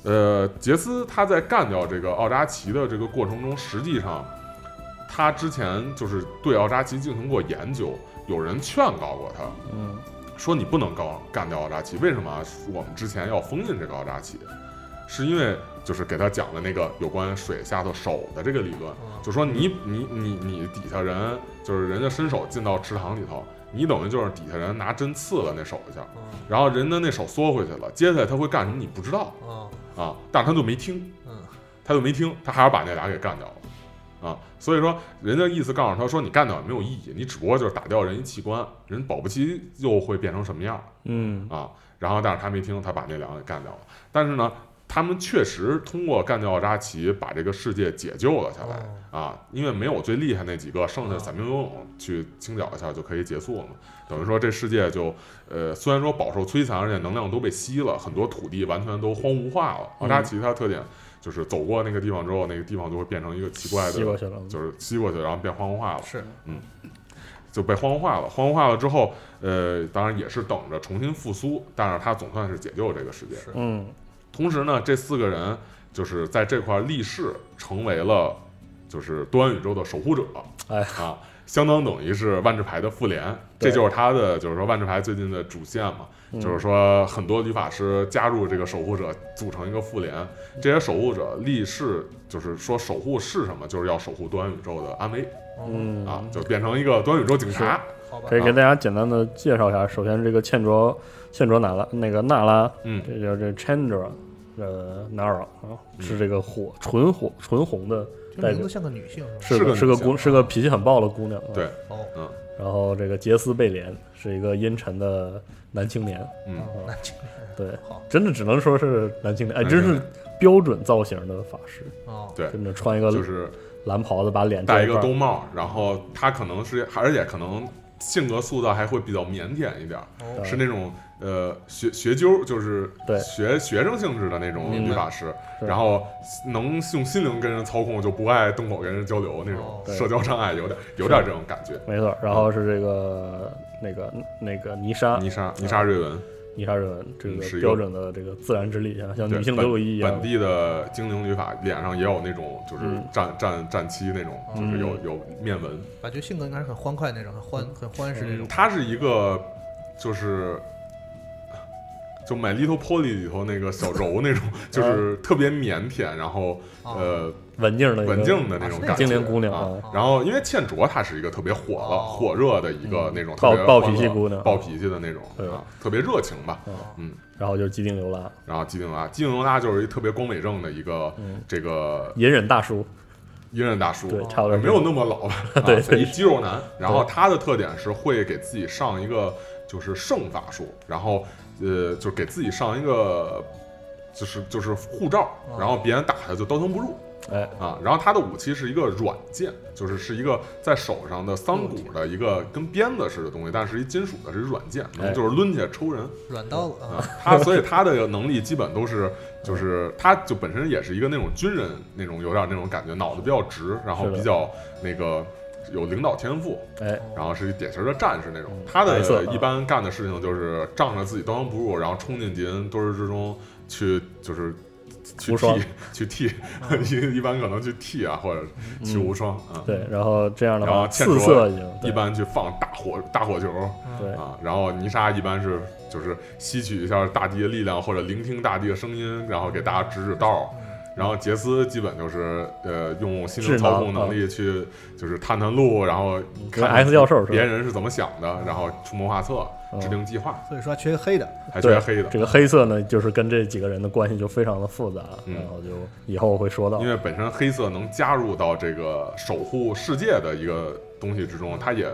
呃，杰斯他在干掉这个奥扎奇的这个过程中，实际上他之前就是对奥扎奇进行过研究，有人劝告过他，嗯说你不能高干掉奥扎奇，为什么啊我们之前要封印这个奥扎奇？是因为就是给他讲了那个有关水下头手的这个理论，就说你你你你底下人就是人家伸手进到池塘里头，你等于就是底下人拿针刺了那手一下，嗯然后人家那手缩回去了，接下来他会干什么你不知道哦啊，但是他就没听，嗯他就没听，他还是把那俩给干掉了，啊，所以说人家意思告诉他说你干掉也没有意义，你只不过就是打掉人一器官，人保不齐又会变成什么样嗯啊。然后但是他没听，他把那两个给干掉了。但是呢，他们确实通过干掉奥扎奇把这个世界解救了下来、啊，因为没有最厉害那几个，剩啊下散兵游泳去清剿一下就可以结束了嘛。等于说这世界就呃虽然嗯啊说饱受摧残，而且能量都被吸了，很多土地完全都荒芜化了。奥扎奇他特点就是走过那个地方之后，那个地方就会变成一个奇怪吸过的，去了，哎就是吸过去，然后变荒芜化了，哦是就被荒芜化了。荒芜化了之后，呃，当然也是等着重新复苏，但是他总算是解救了这个世界。是嗯，同时呢，这四个人就是在这块立誓，成为了就是多元宇宙的守护者。哎啊，相当等于是万智牌的复联，这对就是他的就是说万智牌最近的主线嘛，嗯就是说很多女法师加入这个守护者，组成一个复联。这些守护者立誓，就是说守护是什么，就是要守护多元宇宙的安危嗯啊，就变成一个多元宇宙警察。哦好吧可以啊给大家简单的介绍一下。首先，这个茜卓茜卓娜拉那个娜拉，嗯这叫这 Chandra，呃，Nara 啊，嗯是这个火纯火纯红的这代名表字，像个女性是是吧？是个个是个女性姑是个脾气很暴的姑娘。啊对。嗯哦，然后这个杰斯贝莲是一个阴沉的男青年，嗯，哦那这对， 好真的只能说是男青年，哎，男真青年是标准造型的法师，哦，对真的穿一个就是蓝袍子把脸戴一遮个块儿兜帽，然后他可能是，而且可能性格塑造还会比较腼腆一点儿，哦是那种呃学学究，就是对学学生性质的那种明女白法师，是然后能用心灵跟人操控，就不爱动口跟人交流那种哦对社交障碍，有点有点这种感觉。没错。然后是这个那个那个泥沙泥沙泥沙瑞文，泥沙瑞文，这嗯是个一个标准的这个自然之力啊，像对女性本德鲁伊一本样，地的精灵女法脸上也有那种就是嗯战战战漆那种，就是有有面纹。感觉性格应该是很欢快那种，很欢嗯很欢实那种。嗯它是一个，就是，就《My Little Pony》里头那个 小柔那种，就是特别腼腆，然后嗯哦呃文静的一个文静的那种啊感觉。精灵姑娘啊啊。然后，因为茜卓她是一个特别火了、哦火热的一个那种特暴别暴欢脾气乐姑娘暴脾气的那种对啊，特别热情吧。然后就是基丁流拉，然后基啊丁拉，基丁拉就是一特别光美正的一个、这个隐忍大叔，隐忍大叔，嗯对，差不多没有那么 老吧？啊对对一肌肉男。然后他的特点是会给自己上一个就是圣法术，然后呃，就是给自己上一个就是就是护罩，然后别人打他就刀枪不入啊哎，啊。然后他的武器是一个软剑，就是是一个在手上的桑骨的一个跟鞭子似的东西，但是一金属的，是一软剑，能哎就是抡起来抽人。软刀子啊，啊，他所以他的能力基本都是，就是他就本身也是一个那种军人那种有点那种感觉，脑子比较直，然后是的比较那个有领导天赋，哎，哦然后是典型的战士那种嗯。他白色的的一般干的事情就是仗着自己刀枪不入，然后冲进敌人堆儿之中去，就是去无双替去替， 嗯一一般可能去替啊，或者去无双啊，嗯对，然后这样的然话后倩四卓色已经一对般去放大火大火球，嗯对啊，然后泥沙一般是就是吸取一下大地的力量，或者聆听大地的声音，然后给大家指指道儿。嗯然后杰斯基本就是呃用心智能嗯灵操控能力去就是探探路，然后跟看 X 教授是吧嗯别人是怎么想的，然后出谋划策、制定计划，所以说缺个黑的，还缺对黑的这。个黑色呢，就是跟这几个人的关系就非常的复杂，嗯然后就以后会说到因。为本身黑色能加入到这个守护世界的一个东西之中，它也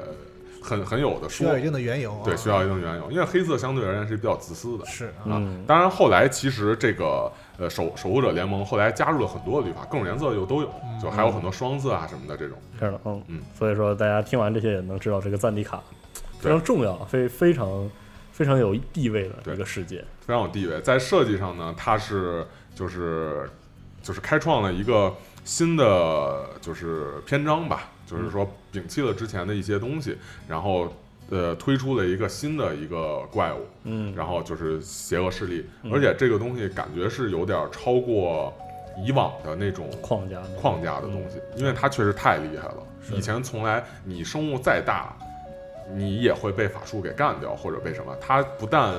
很很有的需说，要一定的缘由啊。对，需要一定缘由。因为黑色相对而言是比较自私的，是啊，啊嗯，当然后来其实这个呃守守护者联盟后来加入了很多的旅法，各种颜色又都有，嗯就还有很多双色啊什么的这种。这样的，嗯嗯所以说大家听完这些也能知道，这个赞迪卡非对常重要，非非常非常有地位的对一个世界。非常有地位。在设计上呢，它是就是就是开创了一个新的就是篇章吧，就是说嗯摒弃了之前的一些东西，然后呃推出了一个新的一个怪物，嗯，然后就是邪恶势力，嗯而且这个东西感觉是有点超过以往的那种框架呢框架的东西，因为它确实太厉害了。嗯是以前从来你生物再大，你也会被法术给干掉，或者被什么？它不但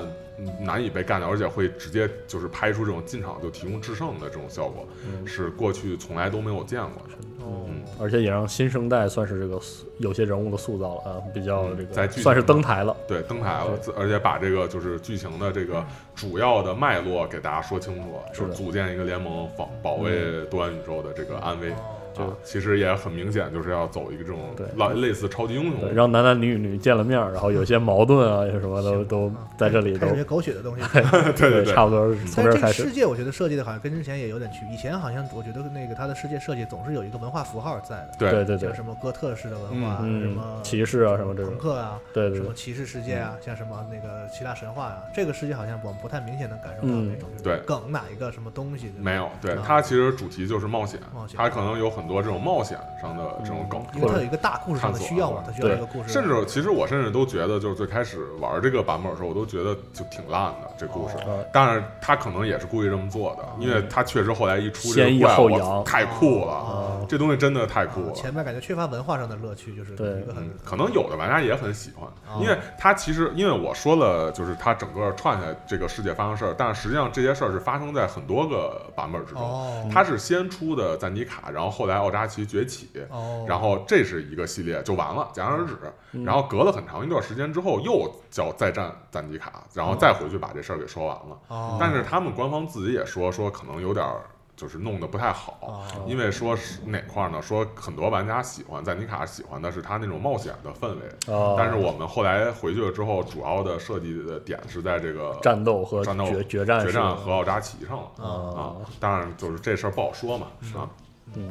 难以被干掉，而且会直接就是拍出这种进场就提供制胜的这种效果，嗯是过去从来都没有见过的。哦嗯而且也让新生代算是这个塑有些人物的塑造了啊，比较这嗯在个剧哦情算是登台了。对，登台了，自而且把这个就是剧情的这个主要的脉络给大家说清楚，是就的是组建一个联盟，保保卫多元宇宙的这个安危。这哦个啊，其实也很明显，就是要走一个这种嗯对类类似超级英对，雄。让男男女女见了面儿，然后有些矛盾啊，有些什么都行都啊在这里都开始这狗血的东西。嗯 对对对，差不多是从但这是儿这开个始世。界，我觉得设计的好像跟之前也有点区别。以前好像我觉得那个它的世界设计总是有一个文化符号在的，对对对对像，什么哥特式的文化，嗯什嗯么骑士啊什么这种朋克啊，对嗯对什对么骑士世界啊，像什么那个希腊神话啊，这个世界好像我们不太明显能感受到嗯那种就是对梗哪一个什么东西，对吧没，有，对啊它其实主题就是冒险冒，险嗯它可能有很多这种冒险上的这种梗，因为它有一个大故事上的需要嘛，它需要对一个故事，啊甚至其实我甚至都觉得，就是最开始玩这个版本的时候，我都觉得就挺烂的这故事哦。但是他可能也是故意这么做的，嗯因为他确实后来一出这先抑个怪，后我扬太酷了，啊哦这东西真的太酷了。前面感觉缺乏文化上的乐趣，就是对一哦个很嗯，可能有的玩家也很喜欢，哦因为它其实因为我说了，就是它整个串下来这个世界发生事儿，但是实际上这些事儿是发生在很多个版本之中。嗯哦它是先出的赞尼卡，然后后来奥扎奇崛起，哦，然后这是一个系列就完了，戛然而止。嗯然后隔了很长一段时间之后，又叫再战赞迪卡，然后再回去把这事儿给说完了。哦，但是他们官方自己也说，说可能有点儿就是弄得不太好，哦因为说是哪块儿呢？说很多玩家喜欢赞迪卡，喜欢的是他那种冒险的氛围。哦但是我们后来回去了之后，主要的设计的点是在这个战斗和战斗决决战决是战吧和奥扎奇上了哦啊啊，。当然就是这事儿不好说嘛，啊，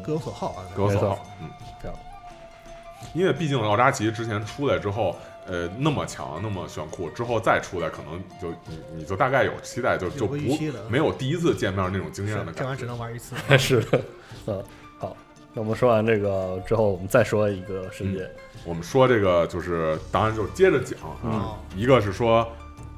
各有所好啊，各有没所错好，嗯。这样因为毕竟奥扎奇之前出来之后，呃，那么强，那么炫酷，之后再出来，可能就你你就大概有期待，就个就不预期了没有第一次见面那种惊是艳的这玩感意儿只觉。能玩一次， 是的，嗯，好，那我们说完这个之后，我们再说一个世界，我们说这个就是，当然就是接着讲嗯啊，一个是说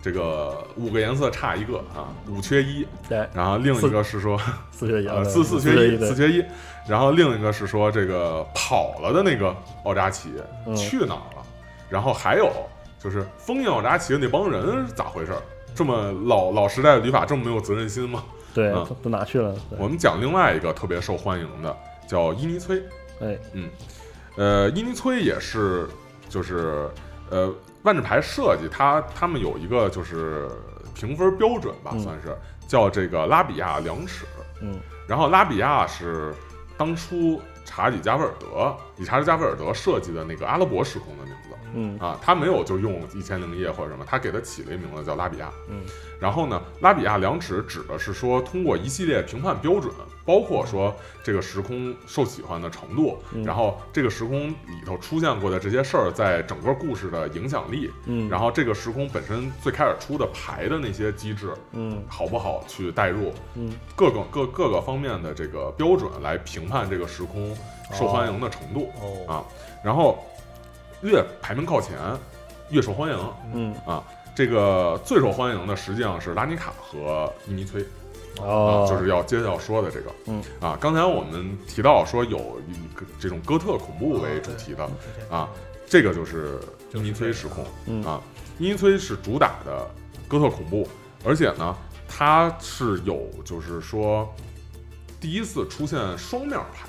这个五个颜色差一个啊，五缺一，对，然后另一个是说四缺一呃啊，四四四缺一一，四的，缺一，然后另一个是说这个跑了的那个奥扎奇嗯去哪儿了，然后还有就是封印奥扎奇的那帮人是咋回事儿？这么老老时代的旅法这么没有责任心吗？对嗯，都都哪去了？我们讲另外一个特别受欢迎的，叫伊尼崔。嗯对，哎，呃，伊尼崔也是，就是呃，万智牌设计它他们有一个就是评分标准吧，嗯算是叫这个拉比亚量尺。嗯，然后拉比亚是当初查理加菲尔德，理查德加菲尔德设计的那个阿拉伯时空的名字嗯啊，他没有就用一千零一夜或者什么，他给他起了一名字叫拉比亚。嗯，然后呢，拉比亚量尺指的是说通过一系列评判标准，包括说这个时空受喜欢的程度，嗯然后这个时空里头出现过的这些事儿在整个故事的影响力，嗯，然后这个时空本身最开始出的牌的那些机制，嗯好不好去代入，嗯各个各各个方面的这个标准来评判这个时空受欢迎的程度、哦，啊。然后越排名靠前，越受欢迎。嗯，这个最受欢迎的实际上是拉尼卡和伊尼崔、哦啊，，就是要接着要说的这个。嗯啊，刚才我们提到说有一个这种哥特恐怖为主题的，之前啊，这个就是伊就是尼这崔个时空。嗯啊，伊尼崔是主打的哥特恐怖，而且呢，它是有就是说第一次出现双面牌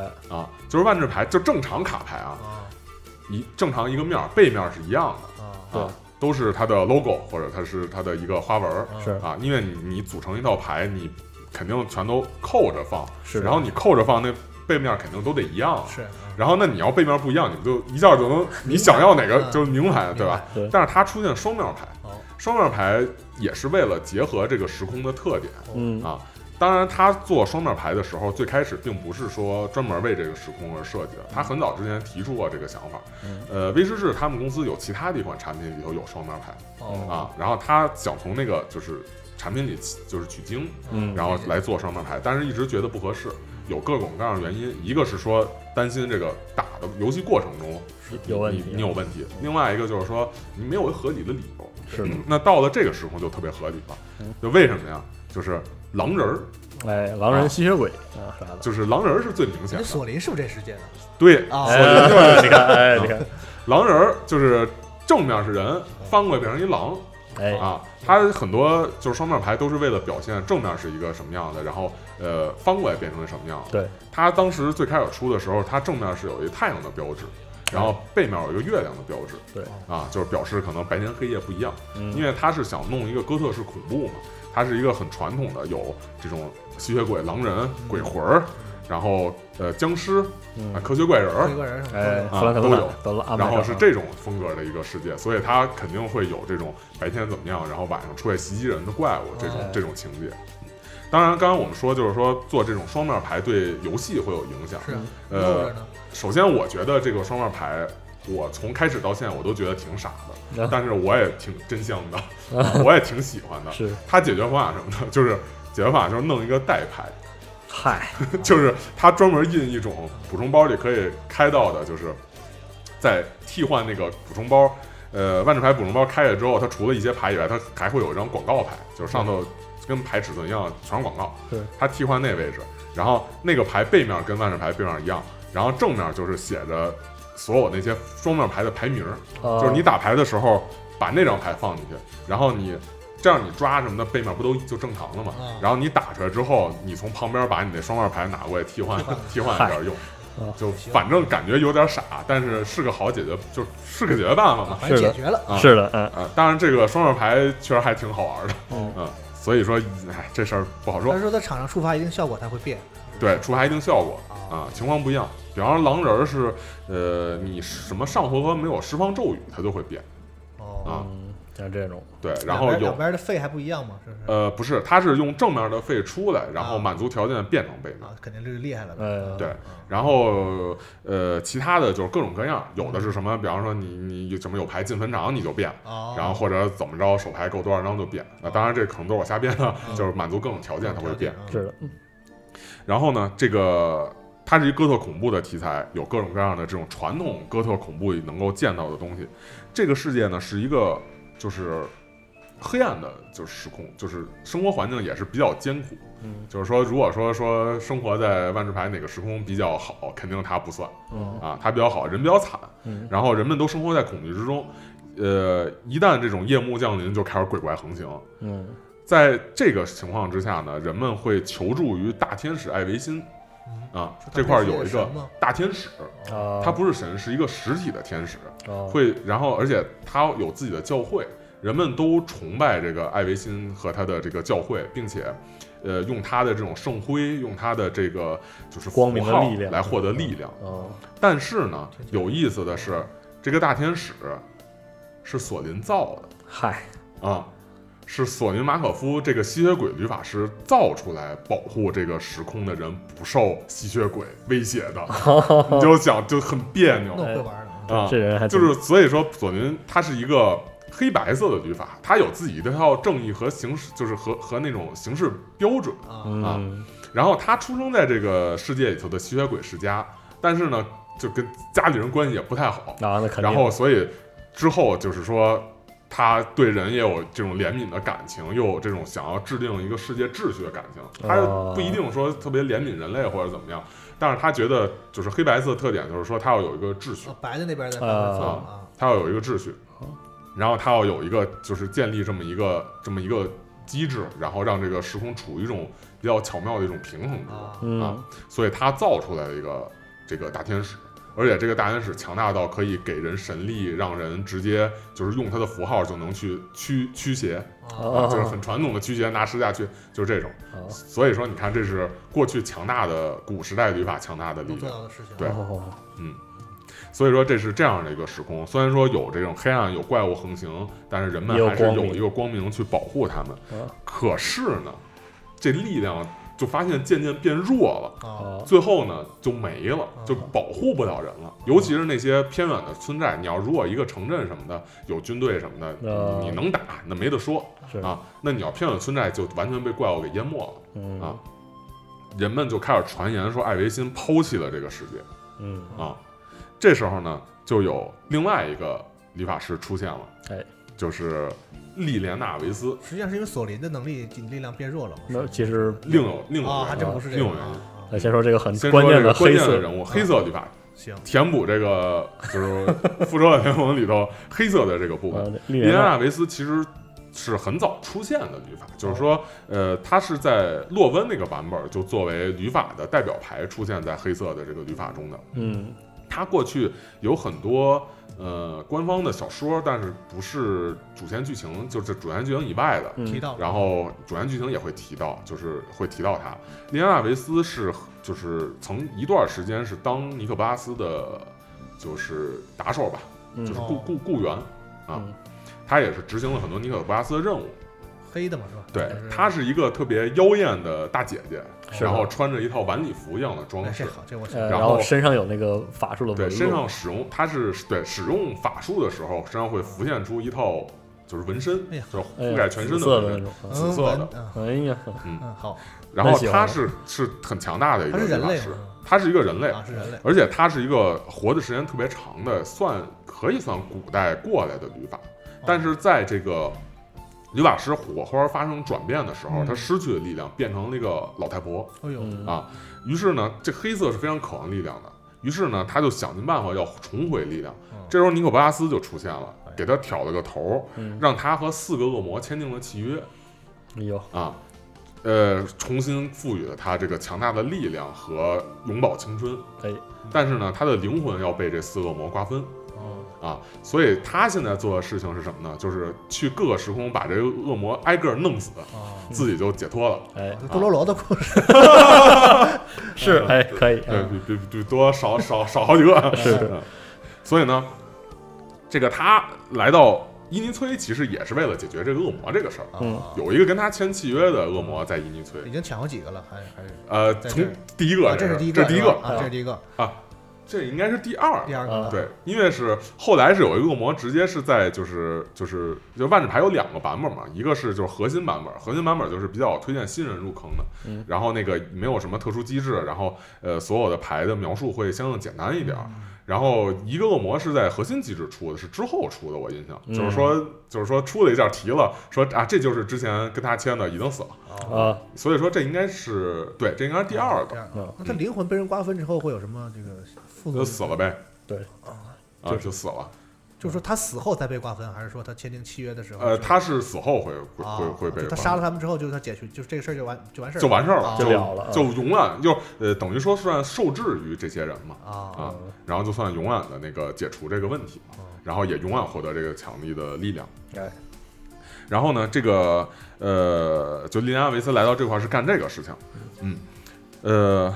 哎，啊，就是万智牌就正常卡牌啊，啊一正常一个面儿背面是一样的啊对啊，都是它的 logo 或者它是它的一个花纹儿啊是啊，因为你你组成一套牌，你肯定全都扣着放，是的然后你扣着放那背面肯定都得一样啊，是啊然后那你要背面不一样，你不就一下就能你想要哪个嗯就是明牌，对吧？明白对，但是它出现双面牌，哦双面牌也是为了结合这个时空的特点。嗯啊当然，它做双面牌的时候，最开始并不是说专门为这个时空而设计的，它很早之前提出过这个想法。嗯呃，威士忌他们公司有其他的一款产品里头有双面牌哦啊，然后他想从那个就是产品里起就是取经，嗯然后来做双面牌，但是一直觉得不合适，有各种各样的原因。一个是说担心这个打的游戏过程中有问题啊你你有问题；另外一个就是说你没有合理的理由。嗯是的，嗯那到了这个时空就特别合理了，就为什么呀？就是狼人儿，哎，狼人吸血鬼啊啥的，就是狼人儿是最明显那的。索林是不是这世界的对，啊哎， 你看，哎，你啊看，狼人儿就是正面是人，翻过来变成一狼哎，啊。它很多就是双面牌都是为了表现正面是一个什么样的，然后呃翻过来变成什么样的。对，它当时最开始出的时候，它正面是有一太阳的标志，然后背面有一个月亮的标志。对啊，就是表示可能白天黑夜不一样，嗯因为它是想弄一个哥特式恐怖嘛。它是一个很传统的，有这种吸血鬼、狼人、鬼魂儿，然后呃僵尸、啊嗯，科学怪人儿一，个人什么哎，的，啊弗兰都特有都安排然后上是了这种风格的一个世界，所以它肯定会有这种白天怎么样，然后晚上出来袭击人的怪物这种哎这种情节。嗯当然，刚刚我们说就是说做这种双面牌对游戏会有影响。是啊呃漏着呢，首先，我觉得这个双面牌，我从开始到现在我都觉得挺傻的啊，但是我也挺真香的，我也挺喜欢 的。是它解决方法什么的，就是解决方法就是弄一个代牌，嗨，就是它专门印一种补充包里可以开到的，就是在替换那个补充包，呃，万智牌补充包开了之后，它除了一些牌以外，它还会有一张广告牌，就是上头跟牌尺寸一样，全是广告。对，它替换那位置，然后那个牌背面跟万智牌背面一样，然后正面就是写着所有那些双面牌的牌名儿。就是你啊打牌的时候把那张牌放进去，然后你这样你抓什么的背面不都就正常了嘛嗯？然后你打出来之后，你从旁边把你那双面牌拿过来替换替换一点用啊嗯，就反正感觉有点傻，但是是个好解决，就是是个解决办 法嘛。反正是解的决了，啊是的，嗯，啊，当然这个双面牌确实还挺好玩的，嗯嗯，所以说哎这事儿不好说但，是说在场上触发一定效果，它会变。对，触发一定效果啊，啊，情况不一样。比方说狼人儿是，呃，你什么上回合没有释放咒语，它就会变，哦，啊嗯，像这种，对，然后两边有两边的费还不一样嘛，是不是？呃，不是，它是用正面的肺出来，然后啊满足条件变成背面。啊，肯定这个厉害了。啊呃对然后呃，其他的就是各种各样，有的是什么，比方说你你有什么有牌进坟场你就变，哦，然后或者怎么着手牌够多少张就变。那、当然这可能都是我瞎编的，嗯就是满足哦各种条件它会变。嗯是的，然后呢，这个它是一哥特恐怖的题材，有各种各样的这种传统哥特恐怖能够见到的东西。这个世界呢是一个就是黑暗的，就是时空，就是生活环境也是比较艰苦。嗯就是说，如果说说生活在万智牌哪个时空比较好，肯定它不算嗯啊，它比较好，人比较惨，嗯然后人们都生活在恐惧之中。呃，一旦这种夜幕降临，就开始鬼怪横行。嗯，在这个情况之下呢，人们会求助于大天使艾维辛嗯啊说，他这块儿是有一个神吗大天使，啊，他不是神，是一个实体的天使，啊会，然后而且他有自己的教会，人们都崇拜这个艾维辛和他的这个教会，并且，呃，用他的这种圣辉，用他的这个就是光明符的号力量来获得力量。啊但是呢听，起来有意思的是，这个大天使是索林造嗨，的啊。是索林马可夫这个吸血鬼女法师造出来保护这个时空的人不受吸血鬼威胁的， 你就想就很别扭那哎我会玩了。啊。这人还就挺 是所以说，索林他是一个黑白色的语法，他有自己的一套正义和形式，就是和和那种形式标准。啊，啊嗯然后他出生在这个世界里头的吸血鬼世家，但是呢，就跟家里人关系也不太好。啊，那肯定，然后所以之后就是说，他对人也有这种怜悯的感情，又有这种想要制定一个世界秩序的感情。他哦不一定说特别怜悯人类或者怎么样，但是他觉得就是黑白色的特点就是说他要有一个秩序啊。白的那边在那边放呃啊，它要有一个秩序，哦然后它要有一个就是建立这么一个这么一个机制，然后让这个时空处于一种比较巧妙的一种平衡之中。啊，嗯啊所以它造出来了一个这个大天使，而且这个大天使强大到可以给人神力，让人直接就是用它的符号就能去驱驱邪，啊，啊就是很传统的驱邪，拿十字架去，就是这种。啊所以说，你看这是过去强大的古时代旅法强大的力能做量。到的事情。啊对哦所以说这是这样的一个时空。虽然说有这种黑暗、有怪物横行，但是人们还是有一个光明去保护他们。啊可是呢，这力量就发现渐渐变弱啊，了，哦最后呢就没了啊，就保护不了人了。尤其是那些偏远的村寨，你要如果一个城镇什么的有军队什么的，啊你你能打，那没得说哦是啊。那你要偏远村寨就完全被怪物给淹没了。嗯啊人们就开始传言说艾维辛抛弃了这个世界。嗯啊。这时候呢，就有另外一个理发师出现了，哎，就是莉莲娜维斯，实际上是因为索林的能力力量变弱了嘛。那其实另有另有啊，还原真因不是这另个有原因。啊。呃，先说这个很先说关这键个的关黑键的色人物，黑色理发，行，填补这个就是《复仇者联盟》里头黑色的这个部分。呃，丽莉莲莲娜娜维斯其实是很早出现的旅法，就是说，呃，他是在洛温那个版本就作为旅法的代表牌出现在黑色的这个旅法中的。嗯他过去有很多呃官方的小说，但是不是主线剧情，就是主线剧情以外的。嗯提到然后主线剧情也会提到，就是会提到他。利安娜维斯是就是曾一段时间是当尼克巴斯的，就是打手吧，嗯就是哦雇雇雇员啊嗯，他也是执行了很多尼可巴斯的任务。黑的嘛是吧？对就，她是一个特别妖艳的大姐姐，嗯是的然后穿着一套晚礼服一样的装哎饰这，好，这我呃，然然后后身上有那个法术的纹对，路，身上使用她是对使用法术的时候，身上会浮现出一套就是纹身，哎呀就是哎覆盖全身紫的色纹的那身。种。嗯紫色的文嗯哎呀，嗯好，然后很喜欢她是是很强大的一个他是人类法师吗？她是一个人类，啊，是人类。而且她是一个活的时间特别长的，算可以算古代过来的旅法，哦但是在这个。吕法师火花发生转变的时候，嗯她失去了力量，变成了一个老太婆。哦呦，嗯啊于是呢，这黑色是非常渴望力量的。于是呢，他就想尽办法要重回力量。嗯这时候，尼可巴斯就出现了哎，给他挑了个头儿嗯，让他和四个恶魔签订了契约哎呦，啊，呃，重新赋予了他这个强大的力量和永葆青春。哎，但是呢，他的灵魂要被这四个恶魔瓜分哦啊，所以他现在做的事情是什么呢？就是去各个时空把这个恶魔挨个儿弄死，哦，自己就解脱了。哎，这多罗罗的故事是，哎，可以，嗯对比比比多少少少好几 个，是嗯所以呢，这个他来到伊尼崔，其实也是为了解决这个恶魔这个事儿。嗯啊，有一个跟他签契约的恶魔在伊尼崔，已经抢过几个了，还还是呃，在从这儿第一个啊，这是第第一这个，是第一是吧个，啊，这是第一个，这应该是第二第。二个啊了对，因为是后来是有一个恶魔，直接是在就是就是就万智牌有两个版本嘛，一个是就是核心版本，核心版本就是比较推荐新人入坑的，嗯然后那个没有什么特殊机制，然后呃所有的牌的描述会相应简单一嗯点儿，嗯然后一个恶魔是在核心机制出的，是之后出的，我印象嗯就是说就是说出了一下题了，说啊这就是之前跟他签的已经死了，哦啊，所以说这应该是对，这应该是第二第个，二个，那他灵魂被人瓜分之后会有什么这个副作就用？死了呗，啊对，啊就死了。就是说他死后才被瓜分，还是说他签订契约的时候？呃，他是死后会会啊会会被就他放杀了他们之后，就是他解决，就是这个事儿就完就完事儿就完事儿啊了，就就了了啊就永远就呃，等于说算受制于这些人嘛，啊啊，然后就算永远的那个解除这个问题嘛，然后也永远获得这个强力的力量。嗯哎，然后呢，这个呃，就利安·维斯来到这块儿是干这个事情，嗯，呃，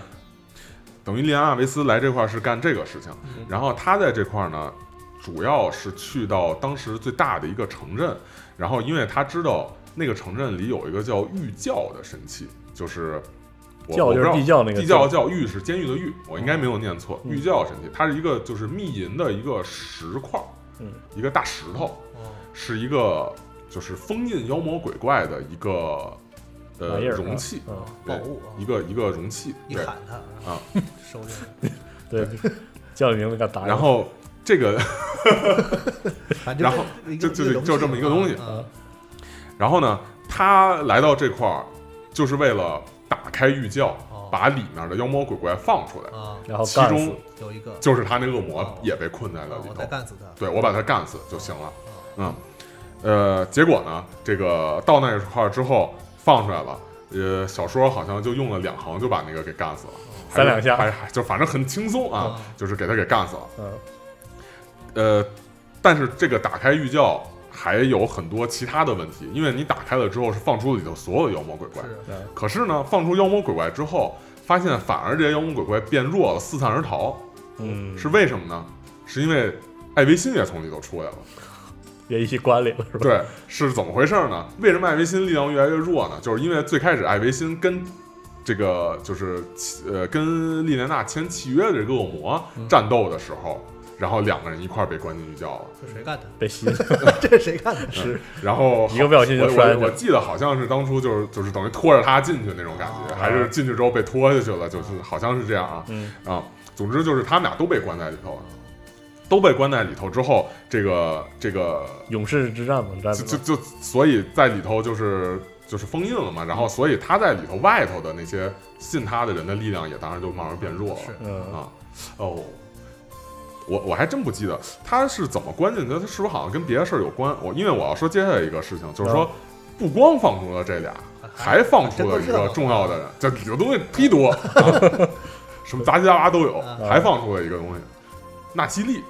等于利安·维斯来这块儿是干这个事情，嗯然后他在这块儿呢，主要是去到当时最大的一个城镇，然后因为他知道那个城镇里有一个叫玉教的神器，就是我教我就是不知道地窖那个嗯地窖叫狱是监狱的狱，我应该没有念错。狱窖神器，它是一个就是密银的一个石块，嗯，一个大石头，哦是一个就是封印妖魔鬼怪的一个呃玩意儿容器，嗯，对宝物啊一个一个容器。一对，喊他啊， 收着对，叫你名字干打扰，然后这个，反正然后一就个就一个就这么一个东西嗯啊然后呢，他来到这块儿就是为了打开玉窖哦，把里面的妖魔鬼怪放出来。啊，然后其哦干中死，有一个，就是他那恶魔哦也被困在了啊里我头再。干死他，对我把他干死就行了。嗯，呃，结果呢，这个到那一块儿之后放出来了，呃，小说好像就用了两行就把那个给干死了，哦三两下还还就反正很轻松啊啊，就是给他给干死了。嗯，呃，但是这个打开预教还有很多其他的问题，因为你打开了之后是放出里头所有的妖魔鬼怪，是嗯可是呢，放出妖魔鬼怪之后，发现反而这些妖魔鬼怪变弱了，四散而逃，嗯，是为什么呢？是因为艾维辛也从里头出来了。也一起关里了，是吧？对，是怎么回事呢？为什么艾维辛力量越来越弱呢？就是因为最开始艾维辛跟这个就是呃跟莉莲娜签契约的这个恶魔嗯战斗的时候，然后两个人一块儿被关进去教了，是谁干的？ 被吸引，这是谁干的？是然后好一个不小心就我摔下我去我了，记得好像是当初就是就是等于拖着他进去那种感觉，还是进去之后被拖下去了，就是好像是这样啊。啊嗯啊，总之就是他们俩都被关在里头了，都被关在里头之后，这个这个勇士之战嘛，战就就就所以在里头就是就是封印了嘛，然后所以他在里头外头的那些信他的人的力量也当然就慢慢变弱了。是嗯，啊，哦，我我还真不记得他是怎么关进去的，他是不是好像跟别的事儿有关？我因为我要说接下来一个事情，就是说不光放出了这俩，啊还放出了一个重要的人，这里头东西忒多，啊 什么杂七杂八都有，啊还放出了一个东西，纳西利。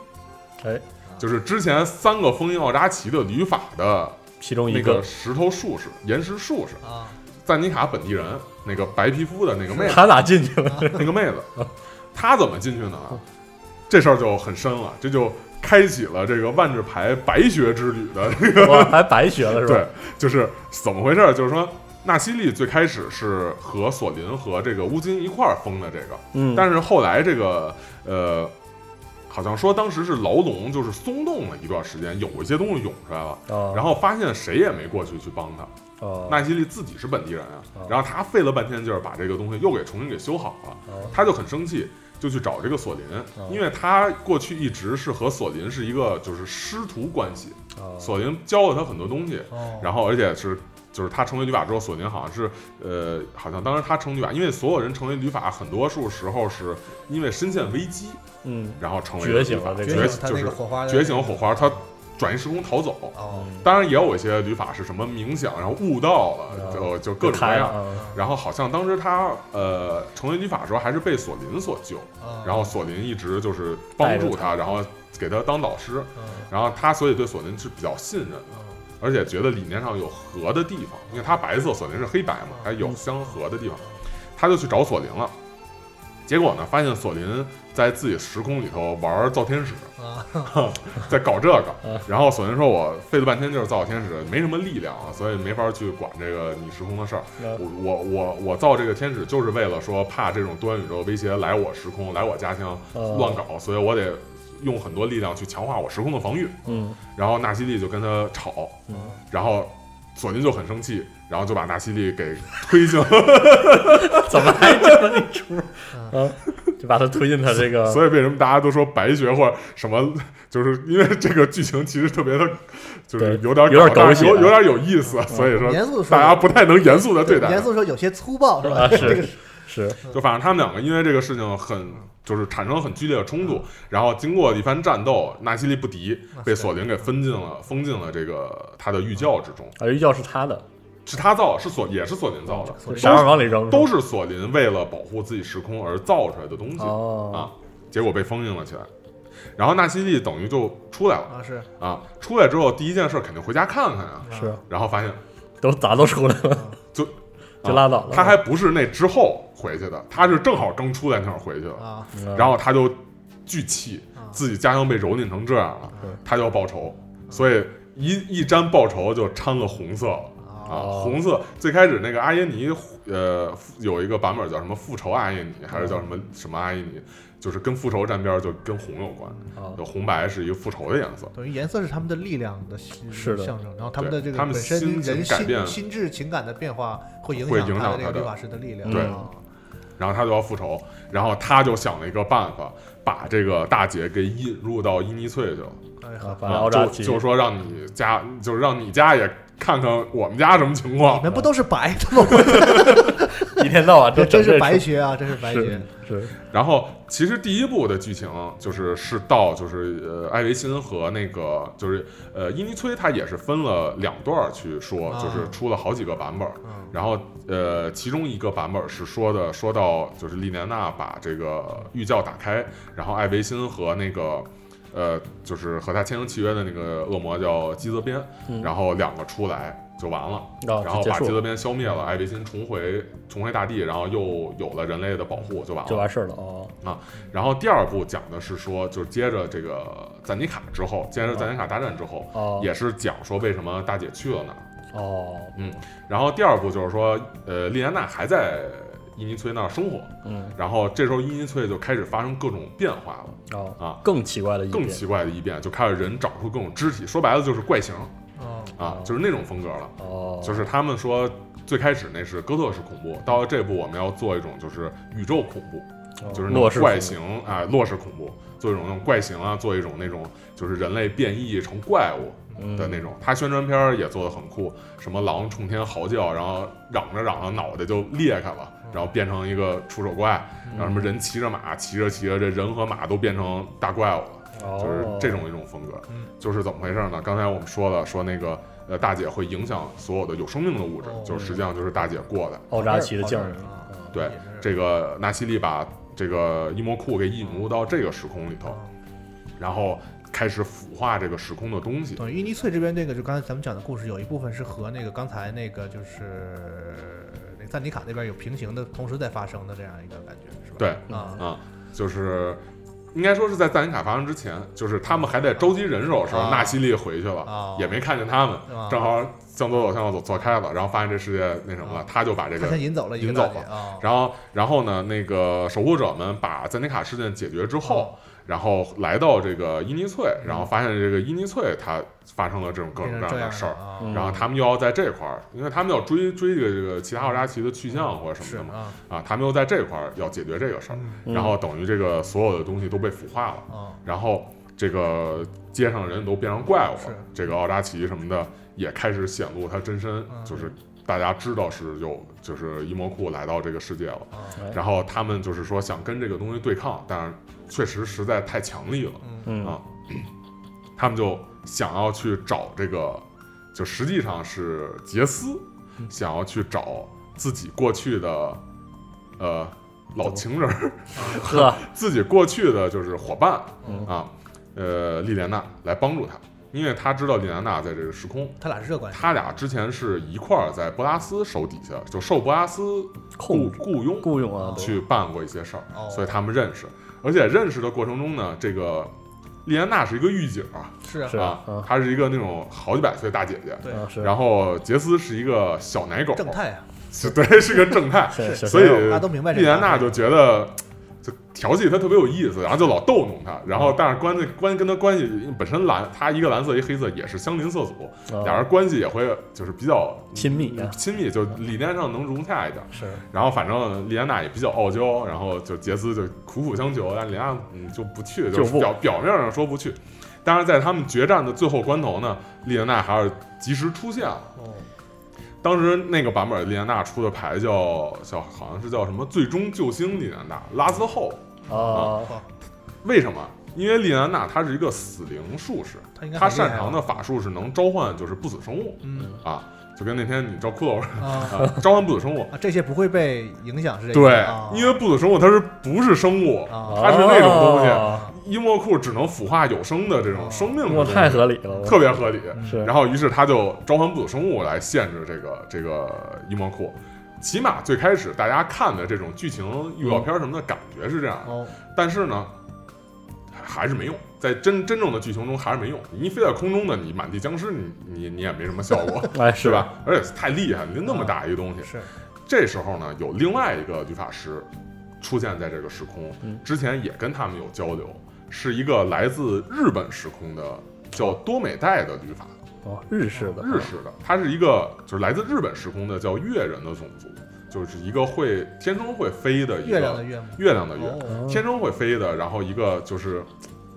哎，啊就是之前三个封印奥扎奇的旅法的其中那一个石头术士、岩石术士，啊，赞尼卡本地人，那个白皮肤的那个妹子，他咋进去了？那个妹子，她怎么进去呢？这事儿就很深了，这就开启了这个万智牌白学之旅的我还白学了是 对吧？，就是怎么回事儿？就是说，纳西利最开始是和索林和这个乌金一块儿封的这个，嗯，但是后来这个呃，好像说当时是牢笼就是松动了一段时间，有一些东西涌出来了。哦然后发现谁也没过去去帮他，哦纳西利自己是本地人啊哦，然后他费了半天劲儿把这个东西又给重新给修好了，哦他就很生气，就去找这个索林，啊因为他过去一直是和索林是一个就是师徒关系，哦索林教了他很多东西，哦，然后而且是就是他成为旅法之后，索林好像是呃，好像当时他成旅法，因为所有人成为旅法，很多数时候是因为深陷危机，嗯然后成为觉醒旅法了这个觉觉醒醒他就那是个火花的，觉醒火花，他转移时空逃走。哦，当然也有一些旅法是什么冥想，然后悟道了，啊就就各种各开啊样。了嗯嗯然后好像当时他呃成为旅法的时候，还是被索林所救，嗯哦然后索林一直就是帮助他，然后给他当导师，嗯然后他所以对索林是比较信任的。嗯而且觉得理念上有合的地方，因为它白色索林是黑白嘛，它有相合的地方，他就去找索林了。结果呢，发现索林在自己时空里头玩造天使，啊，在搞这个 嗯。然后索林说：“我费了半天就是造天使，没什么力量啊，所以没法去管这个你时空的事儿。嗯我我我我造这个天使就是为了说怕这种多元宇宙威胁来我时空，来我家乡哦乱搞，所以我得用很多力量去强化我时空的防御。”嗯然后纳西利就跟他吵，嗯然后索林就很生气，然后就把纳西利给推进了，怎么还这么一出嗯啊？就把他推进他这个 所以为什么大家都说白学或者什么，就是因为这个剧情其实特别的，就是对有点有点搞但狗是血啊嗯有有点有意思，所以说严肃地说大家不太能严肃的对待。严肃地说有些粗暴是吧？啊是这个是是就反正他们两个因为这个事情很就是产生了很剧烈的冲嗯突，然后经过一番战斗，纳西利不敌，啊啊被索林给分进了封进了这个他的御教之中，啊，玉教是他的，是他造，是索也是索林造的，都是啥玩意儿往里扔都是是索林为了保护自己时空而造出来的东西吧哦啊，结果被封印了起来。然后纳西利等于就出来了啊是啊，出来之后第一件事肯定回家看看呀，啊是然后发现都咋都出来了啊就 啊就拉倒了，他还不是那之后回去的，他是正好刚出来那会儿回去的，啊嗯然后他就巨气，啊自己家乡被蹂躏成这样了对，他就要报仇，所以一一沾报仇就掺了红色了。啊，哦红色最开始那个阿耶尼，呃，有一个版本叫什么复仇阿耶尼，还是叫什么什么阿耶尼，就是跟复仇沾边儿，就跟红有关，哦就红白是一个复仇的颜色。等于颜色是他们的力量的象是的象征，然后他们的这个他们本身心情人改变心心智情感的变化会影会影他响的这他个的律法师的力量。对啊然后他就要复仇，然后他就想了一个办法，把这个大姐给引入到伊尼翠去了，哎啊呀，把啊奥扎就奇就说让你家，就是让你家也看看我们家什么情况你。们不都是白的 吗？一天到晚这都真整是这白出学啊，真是白学是。是然后其实第一部的剧情就是是到就是呃艾维辛和那个就是呃伊尼崔他也是分了两段儿去说，啊就是出了好几个版本儿。嗯然后呃其中一个版本是说的说到就是莉莲娜把这个玉教打开，然后艾维辛和那个。呃，就是和他签订契约的那个恶魔叫基泽边，嗯然后两个出来就完了，啊然就后结把基束泽了边消灭了，艾维辛重回重回大地，然后又有了人类的保护，就完了就。完事儿了哦然后第二部讲的是说，就是接着这个赞尼卡之后，接着赞尼卡大战之后，哦也是讲说为什么大姐去了哪儿。哦然后第二部就是说，呃，莉莲娜还在伊尼崔那儿生活，嗯然后这时候伊尼崔就开始发生各种变化了。哦啊，更奇怪的一更遍奇怪的异变，就开始人长出各种肢体，说白了就是怪形嗯啊哦，就是那种风格了。哦就是他们说最开始那是哥特式恐怖，到了这部我们要做一种就是宇宙恐怖，哦就是那落种实怪恐形啊，洛氏恐怖，做一种那种怪形啊，做一种那种就是人类变异成怪物嗯的那种。他宣传片儿也做的很酷，什么狼冲天嚎叫，然后嚷着嚷着脑袋就裂开了，嗯然后变成一个触手怪，然后什么人骑着马，骑着骑着这人和马都变成大怪物了，哦就是这种一种风格嗯。就是怎么回事呢？刚才我们说了，说那个呃大姐会影响所有的有生命的物质哦，就是实际上就是大姐过的。奥扎奇的匠人好事儿啊嗯对，这个嗯纳西利把这个伊魔库给引入到这个时空里头，然后开始腐化这个时空的东西。对，伊尼翠这边那个就刚才咱们讲的故事，有一部分是和那个刚才那个就是那赞尼卡那边有平行的，同时在发生的这样一个感觉，是吧？对啊，啊，就是应该说是在赞尼卡发生之前，就是他们还在召集人手的时候，啊纳西利回去了，啊，嗯也没看见他们，啊正好向左走向右走错开了，然后发现这世界那什么了啊，他就把这他个先引走了一个引走大姐了啊，然后，然后呢，那个守护者们把赞尼卡事件解决之后，嗯然后来到这个伊尼翠，然后发现这个伊尼翠它发生了这种各变成种各样这样的事儿，啊嗯然后他们又要在这块儿，因为他们要追追这个这个其他奥扎奇的去向或者什是么的嘛，啊，啊，他们又在这块儿要解决这个事儿，嗯然后等于这个所有的东西都被腐化了，啊，然后这个街上人都变成怪物是了，这个奥扎奇什么的也开始显露他真身，嗯就是大家知道是有就是伊魔库来到这个世界了。啊，哎然后他们就是说想跟这个东西对抗，但是确实实在太强力了，嗯，嗯啊他们就想要去找这个，就实际上是杰斯嗯想要去找自己过去的，呃，老情人儿，呵，自己过去的就是伙伴嗯啊，呃，莉莲娜来帮助他，因为他知道莉莲娜在这个时空。他俩是这关系，他俩之前是一块儿在波拉斯手底下，就受波拉斯雇控制雇佣雇佣啊，对去办过一些事儿，哦所以他们认识。而且认识的过程中呢，这个莉安娜是一个狱警啊，是啊是啊嗯她是一个那种好几百岁大姐姐。对啊是，。然后杰斯是一个小奶狗，正太啊，是 对，是个正太是是所以大家都明白这莉个道安理。娜就觉得就调戏他特别有意思，然后就老逗弄他。嗯然后但是关系关跟他关系本身蓝，他一个蓝色一个黑色也是相邻色组，啊俩人关系也会就是比较亲密啊亲密，就理念上能融洽一点。是然后反正莉安娜也比较傲娇，然后就杰斯就苦苦相求，但莉安娜嗯就不去，就是不表表面上说不去，但是在他们决战的最后关头呢，莉安娜还是及时出现了。哦当时那个版本莉安娜出的牌叫叫好像是叫什么最终救星莉安娜拉兹后，啊为什么？因为莉安娜她是一个死灵术士，他应该她很厉害擅长吧，的法术是能召唤就是不死生物嗯啊，就跟那天你召骷髅嗯似啊的啊， 召唤不死生物。啊，这些不会被影响是这个对啊，因为不死生物它是不是生物？啊它是那种东西哦伊莫库只能腐化有生的这种生命的我东西，哦太合理了，嗯特别合理。嗯是然后，于是他就召唤不死生物来限制这个这个伊莫库。起码最开始大家看的这种剧情预告片什么的感觉是这样的，哦但是呢，还是没用。在真真正的剧情中还是没用。你飞在空中的，你满地僵尸，你你你也没什么效 果，哎是是？吧？而且太厉害了，那么大一个东西，是这时候呢，有另外一个理发师出现在这个时空嗯，之前也跟他们有交流，是一个来自日本时空的叫多美代的旅法，哦，日式的日式的，嗯他是一个就是来自日本时空的叫月人的种族，就是一个会天生会飞的一个月亮的月吗？月亮的月，哦哦天生会飞的，然后一个就是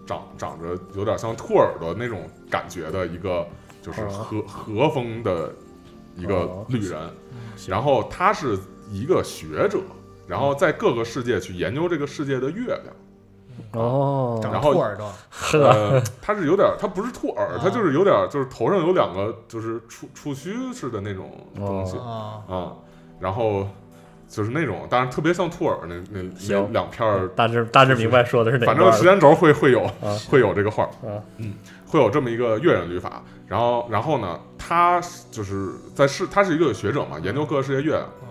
长长着有点像兔耳朵那种感觉的一个，就是和、和风的一个哦旅人。行然后他是一个学者，然后在各个世界去研究这个世界的月亮。哦然长后兔耳朵，呵呃，他是有点，他不是兔耳，啊他就是有点，就是头上有两个就是触触须似的那种东西啊、啊，然后就是那种，当然特别像兔耳那那那行两片儿大致大致明白说的是哪反段正时了间轴会会有、啊会有这个画儿啊嗯，会有这么一个越人律法。然后，然后呢，他就是在世，他是一个学者嘛，研究各个世界月亮。嗯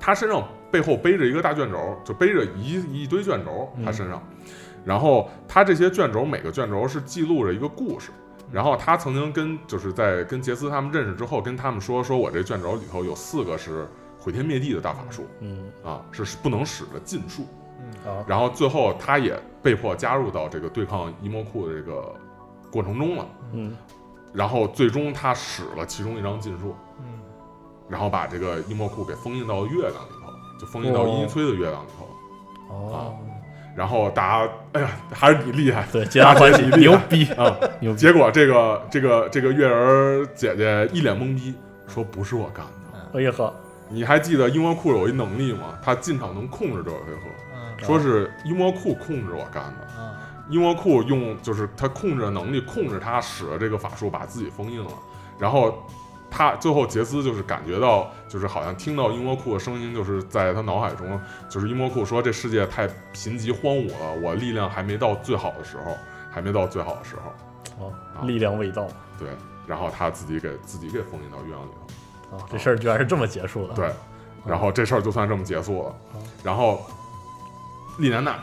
他身上背后背着一个大卷轴，就背着一一堆卷轴，嗯他身上。然后他这些卷轴，每个卷轴是记录着一个故事。嗯然后他曾经跟就是在跟杰斯他们认识之后，跟他们说，说我这卷轴里头有四个是毁天灭地的大法术嗯啊，是不能使的禁术。嗯啊然后最后他也被迫加入到这个对抗伊莫库的这个过程中了。嗯然后最终他使了其中一张禁术，嗯然后把这个伊莫库给封印到月亮里头，就封印到伊尼崔的月亮里头。嗯哦啊然后大家，哎呀，还是你厉害对皆大欢喜牛逼啊！牛逼结果这个这个这个月儿姐姐一脸懵逼，说不是我干的。哎呀呵你还记得伊莫库有一能力吗？他进场能控制这个回合，嗯说是伊莫库控制我干的。嗯伊莫库用就是他控制的能力控制他使的这个法术把自己封印了，然后他最后杰斯就是感觉到就是好像听到伊莫库的声音，就是在他脑海中就是伊莫库说这世界太贫瘠荒芜了，我力量还没到最好的时候，还没到最好的时候。哦啊，力量未到哦对，然后他自己给自己给封印到鸳鸯里头。啊，这事儿居然是这么结束的。对，然后这事儿就算这么结束了嗯。然后，丽南娜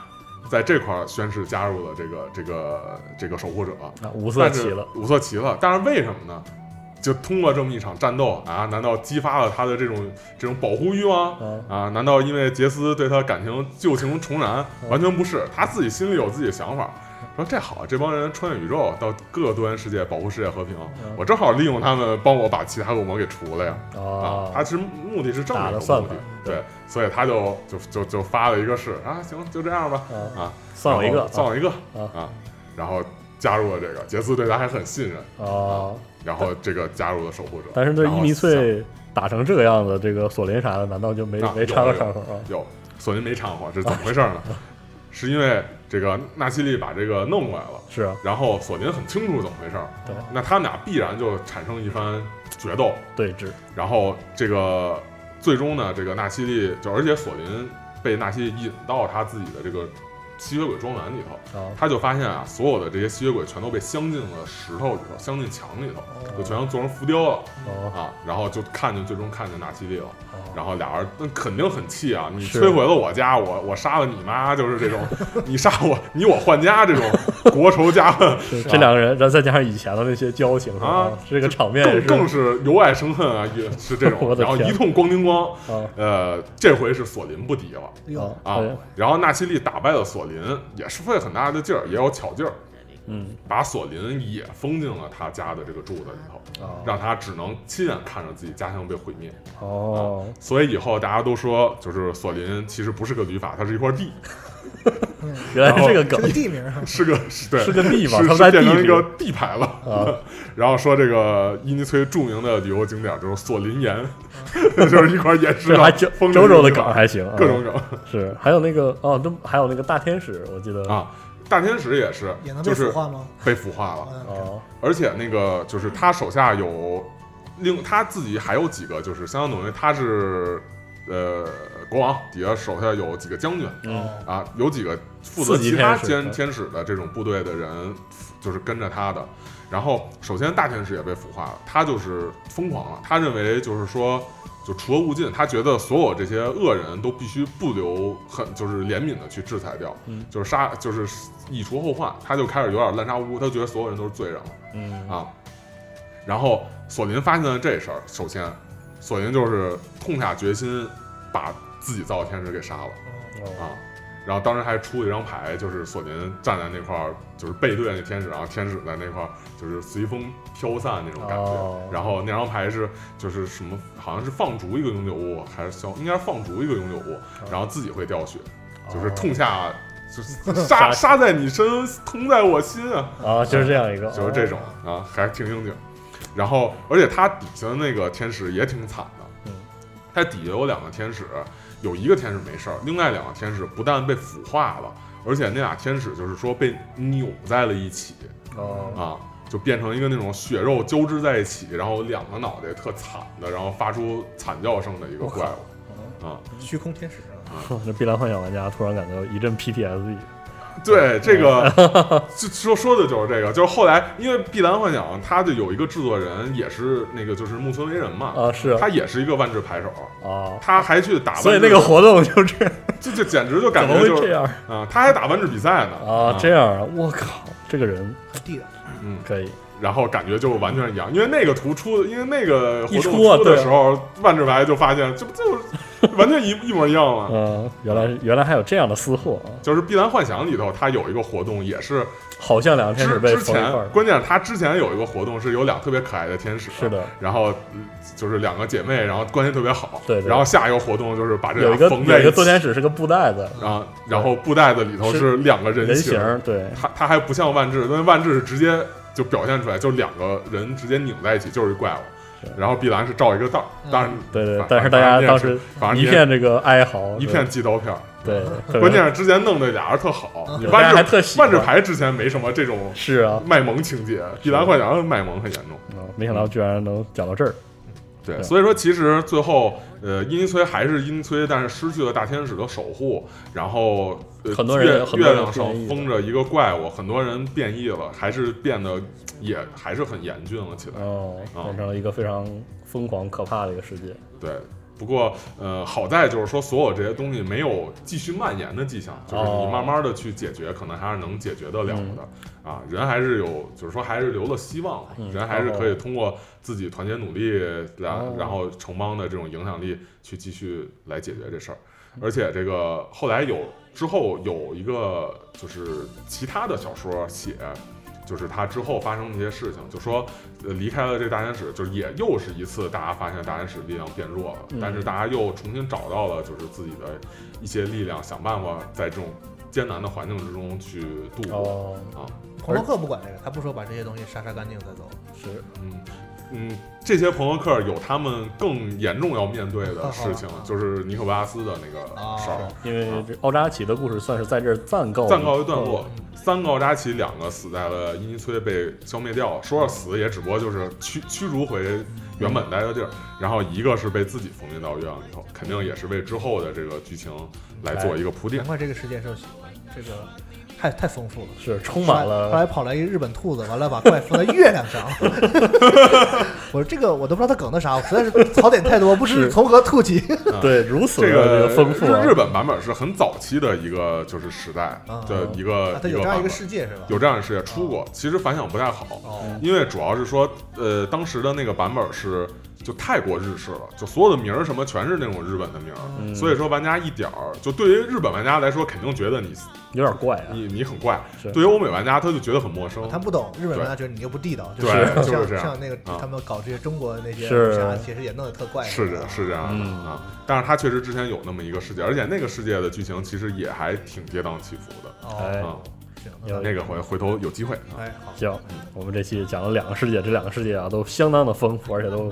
在这块儿宣誓加入了这个这个这个守护者，啊，五色但是棋了，五色棋了。但是为什么呢？就通过这么一场战斗啊，难道激发了他的这种这种保护欲吗？啊啊，难道因为杰斯对他感情旧情重燃？嗯完全不是，他自己心里有自己的想法。说这好，啊这帮人穿越宇宙到各多元世界保护世界和平嗯，我正好利用他们帮我把其他恶魔给除了呀。啊，他啊，其实目的是正打面了的算目的盘，，对，所以他就就就就发了一个誓啊，行，就这样吧，啊，啊，算我一然个后，算我一个啊啊，然后加入了这个杰斯，对他还很信任，啊，然后这个加入了守护者。但是这然后伊尼想翠打成这个样子，这个索林啥的，难道就没啊没插过有上手啊？有索尼没掺和，这是怎么回事 呢？是因为这个纳西利把这个弄过来了。是啊，然后索林很清楚怎么回事儿，对嗯那他们俩必然就产生一番决斗，对峙然后这个最终呢，这个纳西利就而且索林被纳西利引到他自己的这个吸血鬼庄园里头，啊，他就发现啊，所有的这些吸血鬼全都被镶进了石头里头，镶进墙里头，就全都做成浮雕了哦，啊，然后就看见最终看见纳西利了。哦然后俩人那肯定很气啊！你是摧毁了我家，我我杀了你妈，就 是这种，你杀我，你我换家这种国仇家恨，这啊这两个人，然后再加上以前的那些交情啊这个场面也更是更是由爱生恨啊，也是这 我种，的然后天一通光叮咣，啊呃，这回是索林不敌了哟，啊对，然后纳西利打败了索林，也是费很大的劲儿，也有巧劲儿，嗯把索林也封进了他家的这个柱子里头，啊让他只能亲眼看着自己家乡被毁灭，哦，所以以后大家都说，就是索林其实不是个旅法，它是一块地，原来是个这梗个地名儿， 是个是对是个地方，是他们是在地变成一里个地牌了。啊，然后说这个伊尼崔著名的旅游景点就是索林岩， 就是一块岩石这上还周封着周周的一个梗还行，啊各种梗是，还有那个哦，都还有那个大天使，我记得哦啊。大天使也是也能，被就腐是啊化吗？被腐化了，嗯，哦而且那个就是他手下有另他自己还有几个，就是相当于他是呃国王底下手下有几个将军哦嗯啊，有几个负责四级其他天使天天使的这种部队的人，就是跟着他的。然后，首先大天使也被腐化了，他就是疯狂了。他认为就是说，就除恶务尽，他觉得所有这些恶人都必须不留很，就是怜悯的去制裁掉，嗯就是杀，就是以除后患。他就开始有点滥杀无辜，他觉得所有人都是罪人了嗯啊。然后索林发现了这事儿，首先，索林就是痛下决心把自己造的天使给杀了。哦啊。然后当时还出了一张牌，就是索林站在那块儿，就是背对那天使，然后天使在那块儿就是随风飘散那种感觉。哦然后那张牌是就是什么，好像是放逐一个永久物，还是消，应该是放逐一个永久物，哦然后自己会掉血，就是痛下 就是杀杀在你身，痛在我心啊。啊，就是这样一个，就是这种哦啊，还挺应景。然后，而且他底下的那个天使也挺惨的，嗯，他底下有两个天使，有一个天使没事儿，另外两个天使不但被腐化了，而且那俩天使就是说被扭在了一起哦啊，就变成一个那种血肉交织在一起，然后两个脑袋特惨的，然后发出惨叫声的一个我靠怪物啊。哦虚空天使啊，哦，这《碧蓝幻想玩家》突然感到一阵 PTSD 对，这 个就说说的就是这个，就是后来因为《碧蓝幻想》，它就有一个制作人也是那个就是木村为人嘛，啊，是啊他也是一个万智牌手，啊，他还去打万智，所以那个活动就是这这简直怎就感么觉会就这是样啊，他还打万智比赛呢啊？这样啊，我靠，这个人很地道。嗯，可以然后感觉就完全一样，因为那个图出的，因为那个活一动出啊出对的啊时候，万智牌就发现这不就是完全一一模一样吗？嗯，原来原来还有这样的私货啊，就是《碧蓝幻想》里头，它有一个活动，也是好像两个天使之被之缝一块前，儿，关键是它之前有一个活动是有俩特别可爱的天使，是的，然后嗯就是两个姐妹，然后关系特别好，对对然后下一个活动就是把这有一俩个缝有啊在一一个多起，天使是个布袋子啊，然后布袋子里头是是两个人人形形儿，对，它它还不像万智，但是万智是直接就表现出来，就两个人直接拧在一起，就是一怪物是。然后碧蓝是照一个道儿，当然对对反，但是大家当时反正一片这个哀嚎，一片纪刀片儿。对， 对嗯关键是之前弄的俩人特好，对大家还万智特喜万欢智牌之前没什么这种是啊，嗯卖萌情节，碧蓝幻想卖萌很严重。啊，没想到居然能讲到这儿。对，对所以说其实最后，呃，阴崔还是阴崔，但是失去了大天使的守护，然后、呃、很多人月很多月人亮上变异了封着一个怪物，很多人变异了，还是变得也还是很严峻了起来。哦，啊变成了一个非常疯狂可怕的一个世界。对，不过呃，好在就是说所有这些东西没有继续蔓延的迹象，就是你哦慢慢的去解决，可能还是能解决得了的。啊，人还是有，就是说还是留了希望，啊嗯人还是可以通过自己团结努力，然、哦然后城邦的这种影响力去继续来解决这事儿。嗯而且这个后来有之后有一个就是其他的小说写，就是他之后发生的一些事情，就说呃离开了这大天使，就是也又是一次大家发现大天使力量变弱了，嗯但是大家又重新找到了就是自己的一些力量，想办法在这种艰难的环境之中去度过。哦，啊，朋洛克不管这个，他不说把这些东西杀杀干净再走。是嗯，嗯，这些朋克克有他们更严重要面对的事情啊，就是尼可维拉斯的那个啊事儿。因为这奥扎奇的故事算是在这儿暂告哦暂告一段哦落，三个奥扎奇两个死在了伊尼崔被消灭掉，说是死也只不过就是驱驱逐回原本待的地儿，嗯然后一个是被自己封印到月亮里头，肯定也是为之后的这个剧情来做一个铺垫哎难。怪这个世界受喜欢，这个太太丰富了。是充满后了来跑来一日本兔子，完了把怪放在月亮 上。我说这个我都不知道他梗的啥，我实在是槽点太多，不知 是从何吐起。对如此的这这个丰富啊日日本版本是很早期的一个就是时代啊的一个啊，他一有这样一个版个本，世界是吧？有这样的事也出过，其实反响不太好。哦，因为主要是说，呃，当时的那个版本是就太过日式了，就所有的名儿什么全是那种日本的名儿，嗯所以说玩家一点儿就对于日本玩家来说，肯定觉得你有点怪啊，你你很怪是，对于欧美玩家他就觉得很陌生。啊他不懂日本玩家觉得你又不地道，就对像就是这样像那个啊他们搞这些中国那些是武侠，其实也弄得特怪。是这是这样的、嗯啊，但是他确实之前有那么一个世界，而且那个世界的剧情其实也还挺跌宕起伏的哎哦，啊。行，有那个回回头有机会啊，哎好，行，我们这期讲了两个世界，这两个世界啊都相当的丰富，而且都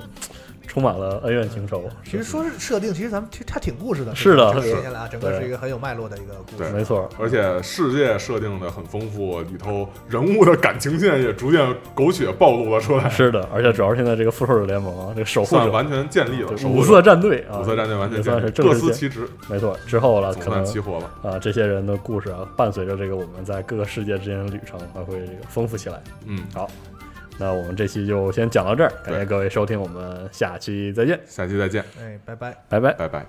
充满了恩怨情仇。其实说是设定，其实咱们其实它挺故事的，是的这个是接下来啊，整个对是一个很有脉络的一个故对事。没错，而且世界设定的很丰富，里头人物的感情线也逐渐狗血暴露了出来，是的，而且主要是现在这个复仇者联盟啊，这个守护算者完全建立了对守五护者色战队啊，五色战队完全也算建是立正各式司建其职，没错。之后了，总可算能齐活了。啊这些人的故事啊，伴随着这个我们在各个世界之间的旅程，还会这个丰富起来。嗯，好，那我们这期就先讲到这儿，感谢对各位收听，我们下期再见，下期再见，哎，拜拜。拜拜。拜拜。